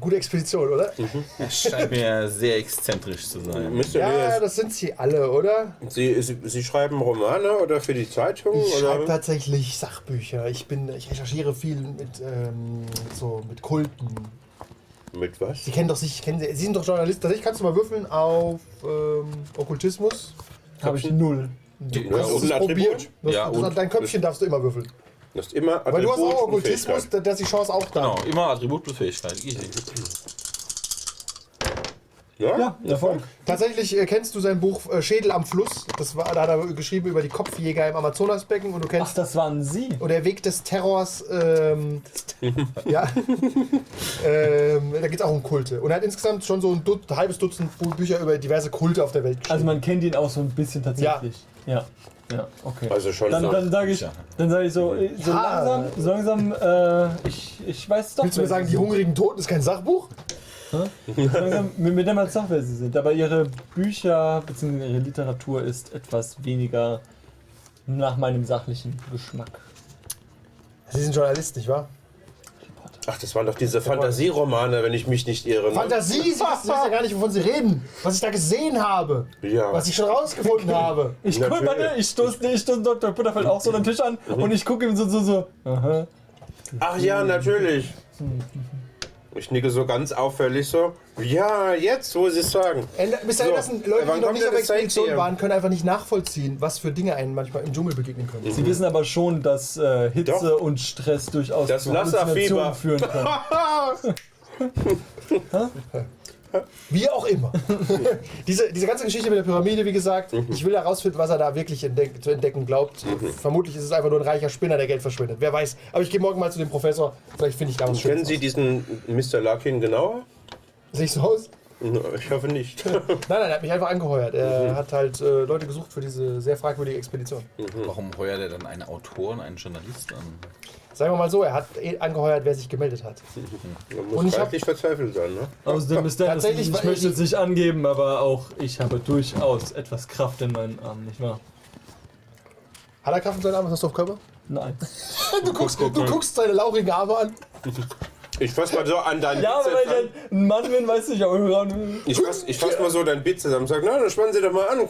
[SPEAKER 2] Gute Expedition, oder?
[SPEAKER 3] Es scheint mir sehr exzentrisch zu sein.
[SPEAKER 4] Mr.
[SPEAKER 2] Ja,
[SPEAKER 4] Lewis,
[SPEAKER 2] das sind sie alle, oder?
[SPEAKER 4] Sie, Sie, Sie schreiben Romane oder für die Zeitung?
[SPEAKER 2] Ich schreibe
[SPEAKER 4] Oh, Oder?
[SPEAKER 2] tatsächlich Sachbücher. Ich bin, ich recherchiere viel mit ähm, so mit Kulten.
[SPEAKER 4] Mit was?
[SPEAKER 2] Sie kennen doch sich, kennen sie, sie sind doch Journalist. Tatsächlich kannst du mal würfeln auf ähm, Okkultismus.
[SPEAKER 5] Habe ich null.
[SPEAKER 4] Die,
[SPEAKER 2] Kannst du
[SPEAKER 4] das ist
[SPEAKER 2] das
[SPEAKER 4] ein
[SPEAKER 2] probieren?
[SPEAKER 4] Attribut.
[SPEAKER 2] Das,
[SPEAKER 3] Ja,
[SPEAKER 2] das,
[SPEAKER 3] und-
[SPEAKER 2] dein Köpfchen darfst du immer würfeln.
[SPEAKER 4] Das ist immer Attribut
[SPEAKER 2] Weil du hast auch
[SPEAKER 4] und
[SPEAKER 2] Okkultismus,
[SPEAKER 4] Fähigkeit.
[SPEAKER 2] da, da ist die Chance auch da.
[SPEAKER 3] Genau, immer Attribut plus Fähigkeit. Easy.
[SPEAKER 4] Ja?
[SPEAKER 5] Ja, Erfolg.
[SPEAKER 2] Tatsächlich äh, kennst du sein Buch äh, Schädel am Fluss. Das war, da hat er geschrieben über die Kopfjäger im Amazonasbecken und du
[SPEAKER 5] Ach,
[SPEAKER 2] kennst
[SPEAKER 5] das waren Sie.
[SPEAKER 2] Und der Weg des Terrors, ähm, ja, ähm, da geht es auch um Kulte. Und er hat insgesamt schon so ein, Dut ein halbes Dutzend Bu- Bücher über diverse Kulte auf der Welt geschrieben.
[SPEAKER 5] Also man kennt ihn auch so ein bisschen tatsächlich. Ja. Ja, okay.
[SPEAKER 4] Also schon
[SPEAKER 5] Dann,
[SPEAKER 4] so.
[SPEAKER 5] dann sage ich,
[SPEAKER 3] Ja.
[SPEAKER 5] dann sag ich so, äh, so
[SPEAKER 2] Ja.
[SPEAKER 5] langsam, so langsam, äh, ich, ich weiß doch.
[SPEAKER 2] Willst du mir
[SPEAKER 5] wer
[SPEAKER 2] sagen,
[SPEAKER 5] Sie
[SPEAKER 2] die
[SPEAKER 5] sind.
[SPEAKER 2] hungrigen Toten ist kein Sachbuch?
[SPEAKER 5] So langsam, mir mir damals doch, wer sie sind. Aber ihre Bücher bzw. ihre Literatur ist etwas weniger nach meinem sachlichen Geschmack.
[SPEAKER 2] Sie sind Journalist, nicht wahr?
[SPEAKER 4] Ach, das waren doch diese Fantasieromane, wenn ich mich nicht irre. ne?
[SPEAKER 2] Fantasie, Sie wissen Sie wissen ja gar nicht, wovon Sie reden. Was ich da gesehen habe.
[SPEAKER 4] Ja.
[SPEAKER 2] Was ich schon rausgefunden habe.
[SPEAKER 5] Ich gucke,
[SPEAKER 4] Natürlich. Mhm.
[SPEAKER 5] warte, ich stoße nee, ich stoß Dr. Butterfeld auch so an den Tisch an und ich gucke ihm so, so, so. Aha.
[SPEAKER 4] Ach ja, natürlich. Ich nicke so ganz auffällig so. Ja, jetzt, wo Sie es sagen.
[SPEAKER 2] Änder- Mr.
[SPEAKER 4] So,
[SPEAKER 2] Anderson, Leute, die
[SPEAKER 4] wann
[SPEAKER 2] noch
[SPEAKER 4] kommt
[SPEAKER 2] nicht
[SPEAKER 4] denn
[SPEAKER 2] auf
[SPEAKER 4] das
[SPEAKER 2] Expedition
[SPEAKER 4] Sightseeing?
[SPEAKER 2] waren, können einfach nicht nachvollziehen, was für Dinge einen manchmal im Dschungel begegnen können.
[SPEAKER 4] Mhm.
[SPEAKER 5] Sie wissen aber schon, dass äh, Hitze
[SPEAKER 4] Doch.
[SPEAKER 5] und Stress durchaus
[SPEAKER 4] Das Lassa-Fieber.
[SPEAKER 5] führen können.
[SPEAKER 2] Wie auch immer. diese, diese ganze Geschichte mit der Pyramide, wie gesagt,
[SPEAKER 4] Mhm.
[SPEAKER 2] ich will herausfinden, was er da wirklich entdeck zu entdecken glaubt. Vermutlich ist es einfach nur ein reicher Spinner, der Geld verschwendet. Wer weiß. Aber ich gehe morgen mal zu dem Professor. Vielleicht finde ich da was
[SPEAKER 4] Kennen
[SPEAKER 2] Schönes.
[SPEAKER 4] Sie diesen Mr. Larkin genauer?
[SPEAKER 2] Sehe ich so aus?
[SPEAKER 4] Na, Ich hoffe nicht.
[SPEAKER 2] Nein, nein, er hat mich einfach angeheuert.
[SPEAKER 4] Mhm.
[SPEAKER 2] Er hat halt äh, Leute gesucht für diese sehr fragwürdige Expedition.
[SPEAKER 3] Warum heuert er dann einen Autor und einen Journalist an?
[SPEAKER 2] Sagen wir mal so, er hat eh angeheuert, wer sich gemeldet hat.
[SPEAKER 4] Man
[SPEAKER 2] Und
[SPEAKER 4] muss
[SPEAKER 2] ich hab-
[SPEAKER 4] reichlich verzweifelt sein, ne?
[SPEAKER 5] Außerdem ist Dennis,
[SPEAKER 2] Tatsächlich
[SPEAKER 5] ich
[SPEAKER 2] war-
[SPEAKER 5] möchte es nicht angeben, aber auch ich habe durchaus etwas Kraft in meinen Armen, nicht wahr?
[SPEAKER 2] Hat er Kraft in seinen Armen? Was hast du auf dem Körper?
[SPEAKER 5] Nein.
[SPEAKER 2] Du guckst, du guckst seine laurigen Arme an.
[SPEAKER 4] Ich fass mal so an deinen
[SPEAKER 5] Ja,
[SPEAKER 4] Bit
[SPEAKER 5] aber wenn
[SPEAKER 4] zusammen.
[SPEAKER 5] ich ein Mann bin, weiß ich auch hören.
[SPEAKER 4] Ich fass, ich fass mal so dein Bit zusammen und sag, na, dann spannen Sie doch mal an.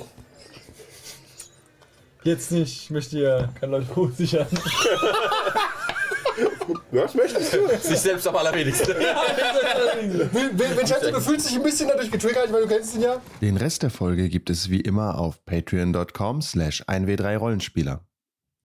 [SPEAKER 5] Jetzt nicht, ich möchte ja keine Leute verunsichern.
[SPEAKER 4] Was möchtest du?
[SPEAKER 3] Sich selbst am allerwenigsten.
[SPEAKER 2] Win- Win- Vincenzo, du fühlst dich ein bisschen dadurch getriggert, weil du kennst ihn ja.
[SPEAKER 7] Den Rest der Folge gibt es wie immer auf patreon.com slash 1w3rollenspieler.